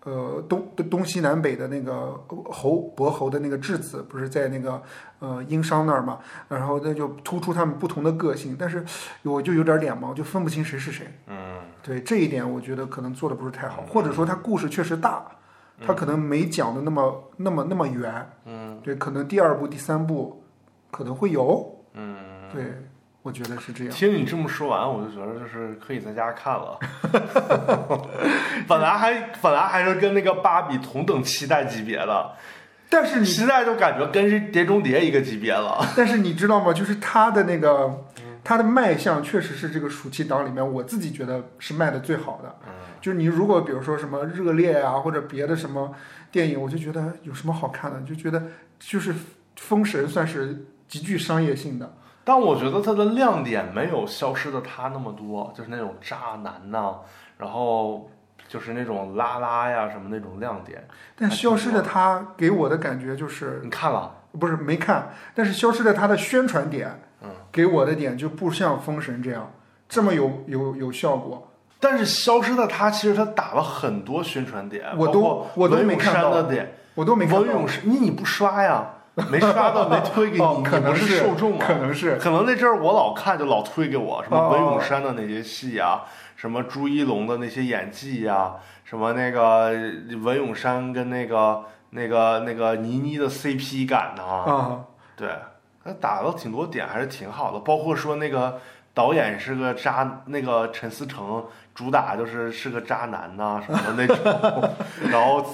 S1: 呃，东东西南北的那个侯伯侯的那个质子，不是在那个呃殷商那儿嘛？然后那就突出他们不同的个性，但是我就有点脸盲，就分不清谁是谁。
S2: 嗯
S1: 对这一点，我觉得可能做的不是太好，或者说他故事确实大，他可能没讲的那么那么那么圆。
S2: 嗯
S1: 对，可能第二部、第三部可能会有。
S2: 嗯。
S1: 对，我觉得是这样。
S2: 听你这么说完，我就觉得就是可以在家看了。 本来还本来还是跟那个芭比同等期待级别的，
S1: 但是 你，
S2: 现在就感觉跟是《碟中谍》一个级别了。
S1: 但是你知道吗？就是他的那个，他的卖相确实是这个暑期档里面，我自己觉得是卖的最好的。
S2: 嗯，
S1: 就是你如果比如说什么热烈啊，或者别的什么电影，我就觉得有什么好看的，就觉得就是《封神》算是极具商业性的。
S2: 但我觉得它的亮点没有消失的它那么多，就是那种渣男呐、然后就是那种拉拉呀什么那种亮点。
S1: 但
S2: 还挺
S1: 消失
S2: 多
S1: 的他给我的感觉就是，
S2: 你看了？
S1: 不是没看，但是消失的他的宣传点，
S2: 嗯，
S1: 给我的点就不像《封神》这样这么有有有效果。
S2: 但是消失的他其实他打了很多宣传点，
S1: 我都
S2: 包括
S1: 我都
S2: 文
S1: 没
S2: 咏
S1: 看
S2: 珊
S1: 到
S2: 的点，
S1: 我都没看
S2: 文
S1: 到，
S2: 咏珊，你你不刷呀？ 没刷到，没推给你，
S1: 哦可
S2: 你不
S1: 能
S2: 是受众啊
S1: 可。能是
S2: 可能那阵儿我老看，就老推给我什么
S1: 哦
S2: 文咏珊的那些戏啊，什么朱一龙的那些演技呀、什么那个呃文咏珊跟那个那个那个倪妮的 CP 感呐、
S1: 啊，
S2: 对，他打了挺多点，还是挺好的。包括说那个导演是个渣，那个陈思诚主打就是是个渣男呐、什么的那种，然后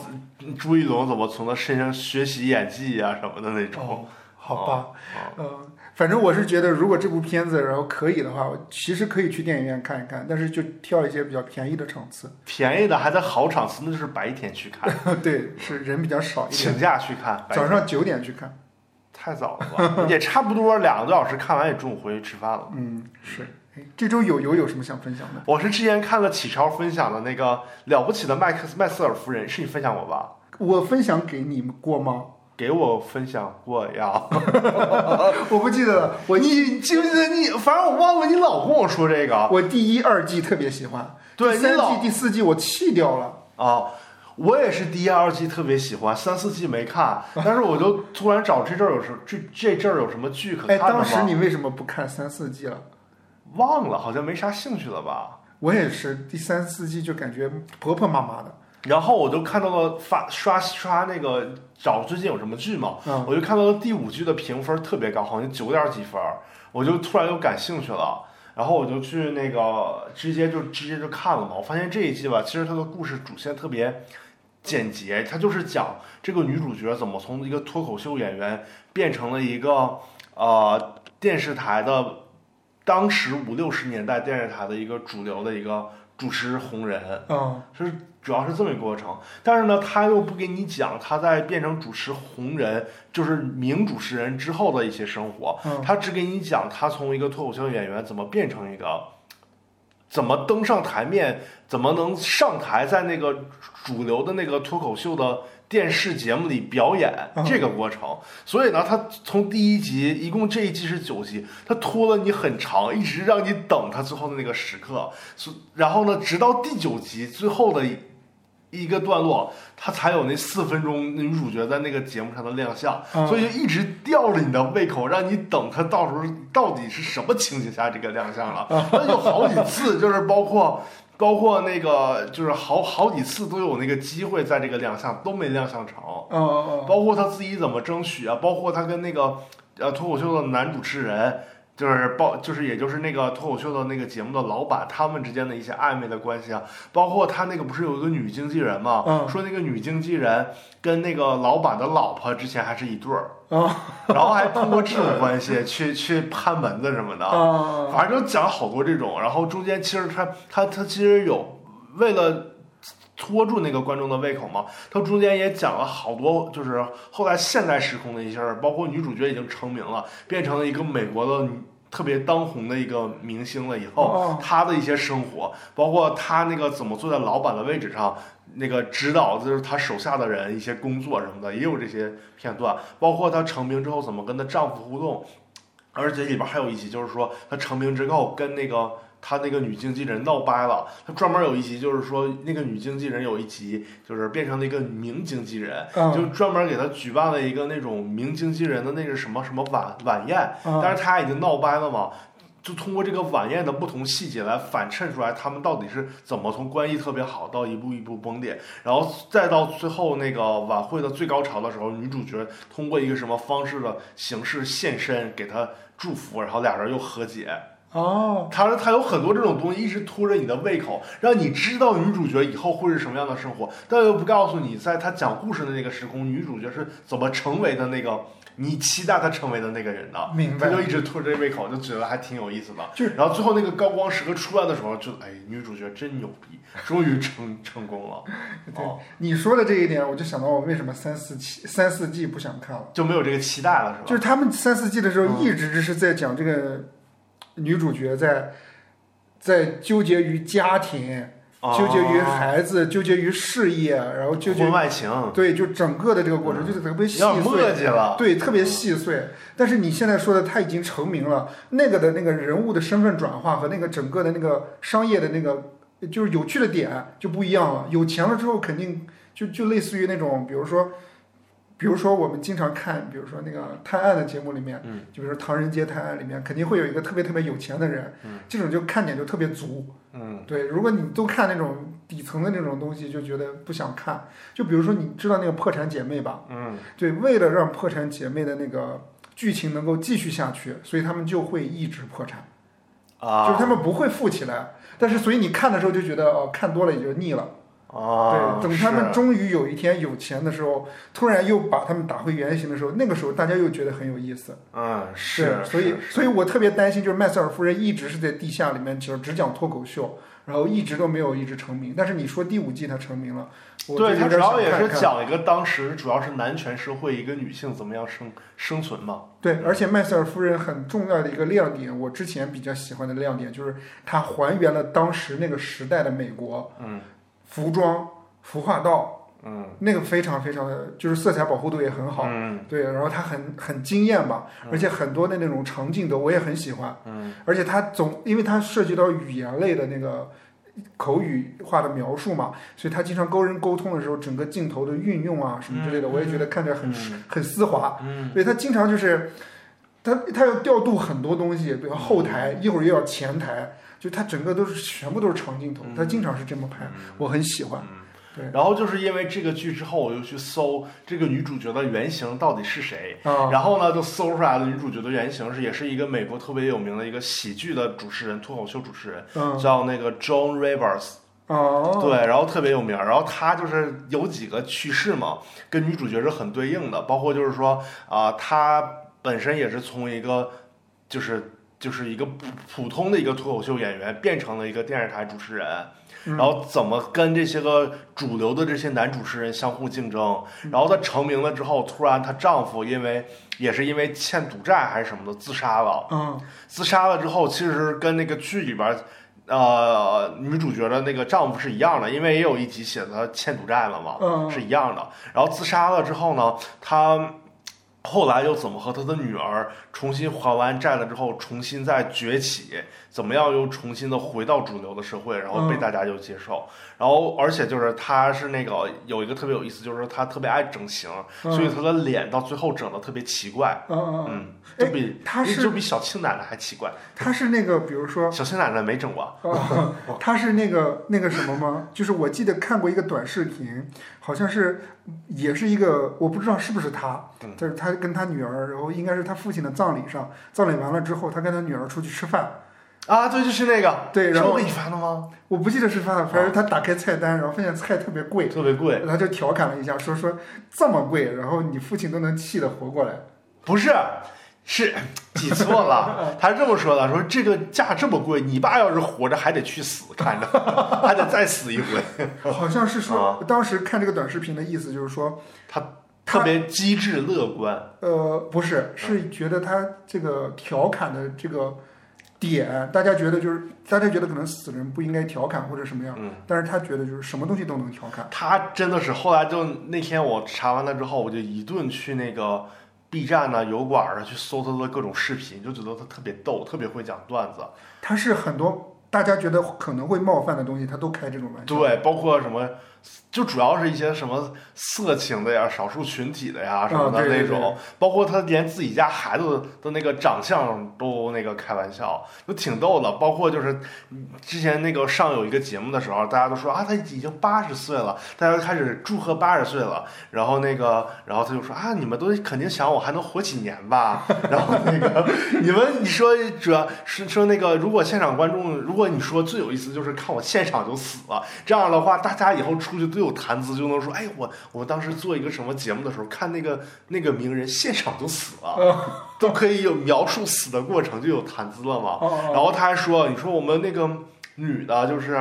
S2: 朱一龙怎么从他身上学习演技啊什么的那种。
S1: 哦，好吧。
S2: 啊
S1: 嗯，反正我是觉得，如果这部片子然后可以的话，我其实可以去电影院看一看，但是就挑一些比较便宜的场次。
S2: 便宜的还在好场次，那就是白天去看，
S1: 对，是人比较少一点，
S2: 请假去看，白
S1: 早
S2: 天
S1: 上九点去看。
S2: 太早了吧，也差不多两个多小时，看完也中午回去吃饭了。
S1: 嗯，是。哎这周友友有什么想分享的？
S2: 我是之前看了启超分享的那个《了不起的麦克斯麦瑟尔夫人》，是你分享我吧？
S1: 我分享给你们过吗？
S2: 给我分享过呀！
S1: 我不记得了。我
S2: 你记不记得你？反正我忘了，你老跟我说这个。
S1: 我第一、二季特别喜欢，
S2: 对
S1: 第
S2: 你
S1: 三
S2: 老
S1: 季、第四季我弃掉了。
S2: 啊，我也是第一、二季特别喜欢，三四季 没看，但是我就突然找这阵儿有什这这阵儿有什么剧可
S1: 哎，
S2: 看的
S1: 当时
S2: 吗？
S1: 你为什么不看三四季了？
S2: 忘了，好像没啥兴趣了吧？
S1: 我也是，第三四季就感觉婆婆妈妈的。
S2: 然后我就看到了发刷刷那个找最近有什么剧嘛，
S1: 嗯
S2: 我就看到了第五剧的评分特别高，好像九点几分儿，我就突然又感兴趣了。然后我就去那个直接就直接就看了嘛，我发现这一季吧，其实它的故事主线特别简洁，它就是讲这个女主角怎么从一个脱口秀演员变成了一个呃电视台的，当时五六十年代电视台的一个主流的一个主持红人，
S1: 嗯
S2: 是主要是这么一个过程。但是呢，他又不给你讲他在变成主持红人，就是名主持人之后的一些生活，
S1: 嗯
S2: 他只给你讲他从一个脱口秀演员怎么变成一个。怎么登上台面？怎么能上台在那个主流的那个脱口秀的电视节目里表演
S1: 嗯
S2: 这个过程？所以呢，他从第一集一共这一季是九集，他拖了你很长，一直让你等他最后的那个时刻。所然后呢，直到第九集最后的一一个段落，他才有那四分钟女主角在那个节目上的亮相，
S1: 嗯
S2: 所以就一直吊着你的胃口，让你等他到时候到底是什么情景下这个亮相了。那有好几次，就是包括。包括那个，就是好好几次都有那个机会在这个亮相，都没亮相成。
S1: 嗯嗯嗯，
S2: 包括他自己怎么争取啊，包括他跟那个呃脱口秀的男主持人就是包就是也就是那个脱口秀的那个节目的老板他们之间的一些暧昧的关系啊，包括他那个不是有一个女经纪人嘛，
S1: 嗯
S2: 说那个女经纪人跟那个老板的老婆之前还是一对儿，
S1: 啊
S2: 然后还通过这种关系去去攀门子 什么的，
S1: 啊
S2: 反正就讲了好多这种，然后中间其实他他他其实有为了。拖住那个观众的胃口嘛，他中间也讲了好多，就是后来现代时空的一些事儿，包括女主角已经成名了，变成了一个美国的女特别当红的一个明星了以后
S1: 哦，
S2: 她的一些生活，包括她那个怎么坐在老板的位置上，那个指导就是她手下的人一些工作什么的，也有这些片段，包括她成名之后怎么跟她丈夫互动，而且里边还有一集就是说她成名之后跟那个她那个女经纪人闹掰了，她专门有一集就是说那个女经纪人有一集就是变成了一个名经纪人，就
S1: 嗯
S2: 专门给她举办了一个那种名经纪人的那个什么什么晚晚宴，
S1: 啊
S2: 但是她已经闹掰了嘛。就通过这个晚宴的不同细节来反衬出来，他们到底是怎么从关系特别好到一步一步崩裂，然后再到最后那个晚会的最高潮的时候，女主角通过一个什么方式的形式现身给他祝福，然后俩人又和解。
S1: 哦
S2: 他他有很多这种东西一直拖着你的胃口，让你知道女主角以后会是什么样的生活，但又不告诉你，在他讲故事的那个时空，女主角是怎么成为的那个你期待她成为的那个人的。
S1: 明
S2: 他
S1: 白
S2: 就一直拖着这胃口，就觉得还挺有意思的。
S1: 就是
S2: 然后最后那个高光时刻出来的时候，就哎，女主角真牛逼，终于成成功了，
S1: 对
S2: 哦，
S1: 你说的这一点，我就想到我为什么三四期三四季不想看了。
S2: 就没有这个期待了，
S1: 就是
S2: 吧？
S1: 是他们三四季的时候
S2: 嗯
S1: 一直只是在讲这个女主角在在纠结于家庭、
S2: 啊
S1: 纠结于孩子、纠结于事业，然后纠结
S2: 哦婚
S1: 于
S2: 外情，
S1: 对，就整个的这个过程
S2: 嗯
S1: 就是特别细
S2: 要墨
S1: 碎。
S2: 迹了。
S1: 对，特别细碎。但是你现在说的，他已经成名了，那个的那个人物的身份转化和那个整个的那个商业的那个，就是有趣的点就不一样了。有钱了之后，肯定就就类似于那种，比如说，比如说我们经常看，比如说那个探案的节目里面，
S2: 嗯
S1: 就比如说《唐人街探案》里面，肯定会有一个特别特别有钱的人，
S2: 嗯
S1: 这种就看点就特别足。
S2: 嗯，
S1: 对，如果你都看那种底层的那种东西，就觉得不想看。就比如说，你知道那个《破产姐妹》吧？
S2: 嗯，
S1: 对，为了让《破产姐妹》的那个剧情能够继续下去，所以他们就会一直破产，
S2: 啊，
S1: 就是他们不会富起来。但是，所以你看的时候就觉得哦，看多了也就腻了。
S2: 啊，
S1: 对，等他们
S2: 是
S1: 终于有一天有钱的时候，突然又把他们打回原形的时候，那个时候大家又觉得很有意思。
S2: 嗯
S1: 对
S2: 是，
S1: 所以
S2: 是是
S1: 所以我特别担心，就是麦瑟尔夫人一直是在地下里面，只只讲脱口秀，然后一直都没有一直成名。但是你说第五季她成名了，我就
S2: 对
S1: 有
S2: 他
S1: 点
S2: 主要
S1: 想
S2: 也
S1: 看
S2: 是
S1: 看。
S2: 讲一个当时主要是男权社会一个女性怎么样生生存嘛。
S1: 对，而且麦瑟尔夫人很重要的一个亮点，我之前比较喜欢的亮点就是她还原了当时那个时代的美国
S2: 嗯
S1: 服装、服化道，
S2: 嗯
S1: 那个非常非常的，就是色彩保护度也很好。
S2: 嗯
S1: 对，然后它很很惊艳吧，而且很多的那种场景的我也很喜欢。
S2: 嗯
S1: 而且它总因为它涉及到语言类的那个口语化的描述嘛，所以它经常跟人沟通的时候，整个镜头的运用啊什么之类的，
S2: 嗯
S1: 我也觉得看着很、
S2: 嗯
S1: 很丝滑。
S2: 嗯
S1: 对，它经常就是它它要调度很多东西，比如后台
S2: 嗯
S1: 一会儿又要前台，就它整个都是全部都是长镜头
S2: 嗯，
S1: 它经常是这么拍，我很喜欢。
S2: 嗯
S1: 对
S2: 然后就是因为这个剧之后，我又去搜这个女主角的原型到底是谁。
S1: 啊，
S2: 然后呢，就搜出来了女主角的原型是也是一个美国特别有名的一个喜剧的主持人，脱口秀主持人，
S1: 嗯，
S2: 叫那个 Joan Rivers。
S1: 哦，
S2: 对，然后特别有名儿。然后他就是有几个趣事嘛，跟女主角是很对应的，包括就是说啊、他本身也是从一个就是就是一个普普通的一个脱口秀演员，变成了一个电视台主持人。
S1: 嗯
S2: 然后怎么跟这些个主流的这些男主持人相互竞争？
S1: 嗯
S2: 然后她成名了之后，突然她丈夫因为也是因为欠赌债还是什么的自杀了。
S1: 嗯，
S2: 自杀了之后，其实跟那个剧里边儿，呃，女主角的那个丈夫是一样的，因为也有一集写她欠赌债了嘛，
S1: 嗯
S2: 是一样的。然后自杀了之后呢，她后来又怎么和她的女儿重新还完债了之后，重新再崛起，怎么样又重新的回到主流的社会，然后被
S1: 嗯
S2: 大家就接受。然后而且就是她是那个有一个特别有意思，就是她特别爱整形，
S1: 嗯
S2: 所以她的脸到最后整的特别奇怪，
S1: 嗯嗯嗯，
S2: 嗯，就比。
S1: 他
S2: 就是比小庆奶奶还奇怪，
S1: 他是那个，比如说。
S2: 小庆奶奶没整过，
S1: 哦，他是那个那个什么吗？就是我记得看过一个短视频，好像是也是一个，我不知道是不是他
S2: 嗯，
S1: 但是他他跟他女儿，然后应该是他父亲的葬礼上，葬礼完了之后，他跟他女儿出去吃饭，
S2: 啊，对，就是那个，
S1: 对然后
S2: 是我给你发的吗？
S1: 我不记得吃饭，反正他打开菜单，然后发现菜特别贵，
S2: 特别贵，
S1: 他就调侃了一下，说说这么贵，然后你父亲都能气得活过来，
S2: 不是，是记 错了，他是这么说的，说这个价这么贵，你爸要是活着还得去死，看着 还得再死一回，
S1: 好像是说当时看这个短视频的意思就是说，他
S2: 特别机智乐观，
S1: 呃，不是，是觉得他这个调侃的这个点，大家觉得就是大家觉得可能死人不应该调侃或者什么样，
S2: 嗯
S1: 但是他觉得就是什么东西都能调侃，
S2: 他真的是后来就那天我查完了之后，我就一顿去那个 B 站呢、油管啊去搜他的各种视频，就觉得他特别逗，特别会讲段子。
S1: 他是很多大家觉得可能会冒犯的东西，他都开这种玩笑。
S2: 对，包括什么，就主要是一些什么色情的呀、少数群体的呀什么
S1: 啊
S2: 的
S1: 对对
S2: 那种，包括他连自己家孩子的那个长相都那个开玩笑，就挺逗的。包括就是嗯之前那个上有一个节目的时候，大家都说啊，他已经八十岁了，大家都开始祝贺八十岁了。然后那个，然后他就说啊，你们都肯定想我还能活几年吧？然后那个，你们你说主要是说那个，如果现场观众，如果你说最有意思就是看我现场就死了，这样的话，大家以后出去都有谈资，就能说，哎，我我当时做一个什么节目的时候，看那个那个名人现场就死了，都可以有描述死的过程，就有谈资了嘛。
S1: 哦，
S2: 然后他还说，你说我们那个女的，就是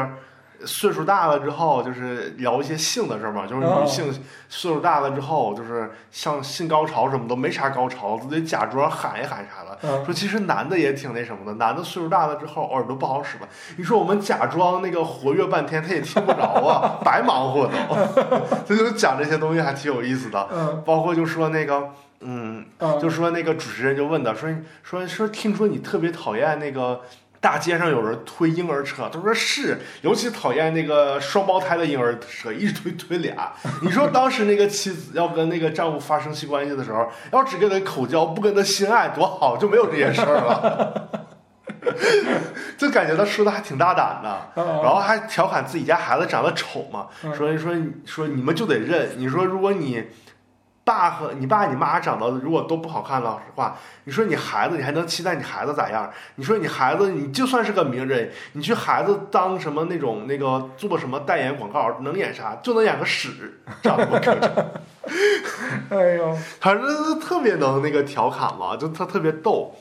S2: 岁数大了之后，就是聊一些性的事儿嘛，就是
S1: 哦
S2: 女性岁数大了之后，就是像性高潮什么的没啥高潮，都得假装喊一喊啥的。
S1: 嗯，
S2: 说其实男的也挺那什么的，男的岁数大了之后耳朵不好使了。你说我们假装那个活跃半天，他也听不着啊，白忙活都。 所以就讲这些东西还挺有意思的，
S1: 嗯
S2: 包括就说那个，嗯，
S1: 嗯，
S2: 就说那个主持人就问他说说说，听说你特别讨厌那个大街上有人推婴儿车，他说是，尤其讨厌那个双胞胎的婴儿车，一推推俩。你说当时那个妻子要跟那个丈夫发生性关系的时候，要只跟他口交，不跟他性爱，多好，就没有这些事儿了。 就感觉他说的还挺大胆的，
S1: 嗯
S2: 然后还调侃自己家孩子长得丑嘛，
S1: 嗯
S2: 说说说你们就得认，你说如果你爸和你爸你妈长得如果都不好看的话，你说你孩子你还能期待你孩子咋样？你说你孩子你就算是个名人，你去孩子当什么那种那个做什么代言广告能演啥？就能演个屎，长得不可 长，
S1: 哎呦，
S2: 反正特别能那个调侃嘛，就他特别逗。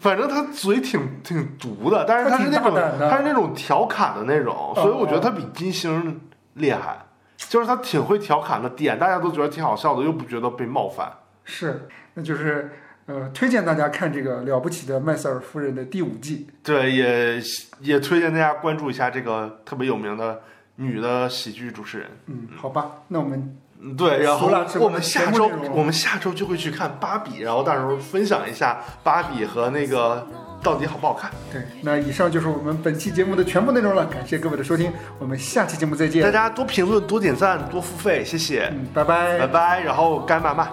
S2: 反正他嘴挺挺毒的，但是他是那
S1: 他挺
S2: 种
S1: 大胆的嗯
S2: 他是那种调侃的那种，所以我觉得他比金星厉害，就是他挺会调侃的点，大家都觉得挺好笑的，又不觉得被冒犯。
S1: 是，那就是呃，推荐大家看这个《了不起的麦瑟尔夫人》的第五季。
S2: 对，也也推荐大家关注一下这个特别有名的女的喜剧主持人。
S1: 嗯，好吧，那我们
S2: 嗯对，然后
S1: 俗辣之
S2: 我
S1: 光
S2: 们
S1: 的
S2: 下
S1: 节目
S2: 周
S1: 内容
S2: 我们下周就会去看芭比，然后到时候分享一下芭比和那个到底好不好看。
S1: 对，那以上就是我们本期节目的全部内容了，感谢各位的收听，我们下期节目再见
S2: 大。家多评论、多点赞、多付费，谢谢，
S1: 嗯，拜拜
S2: 拜拜。然后该骂骂，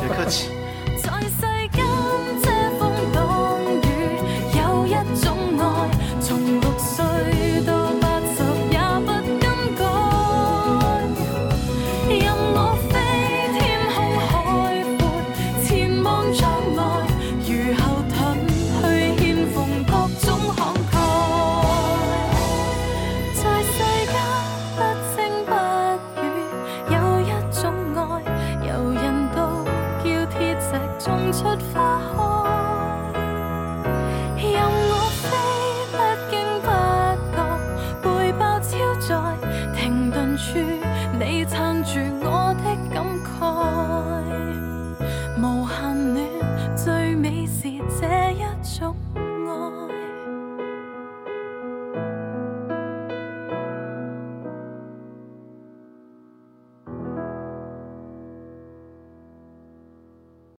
S2: 别客气。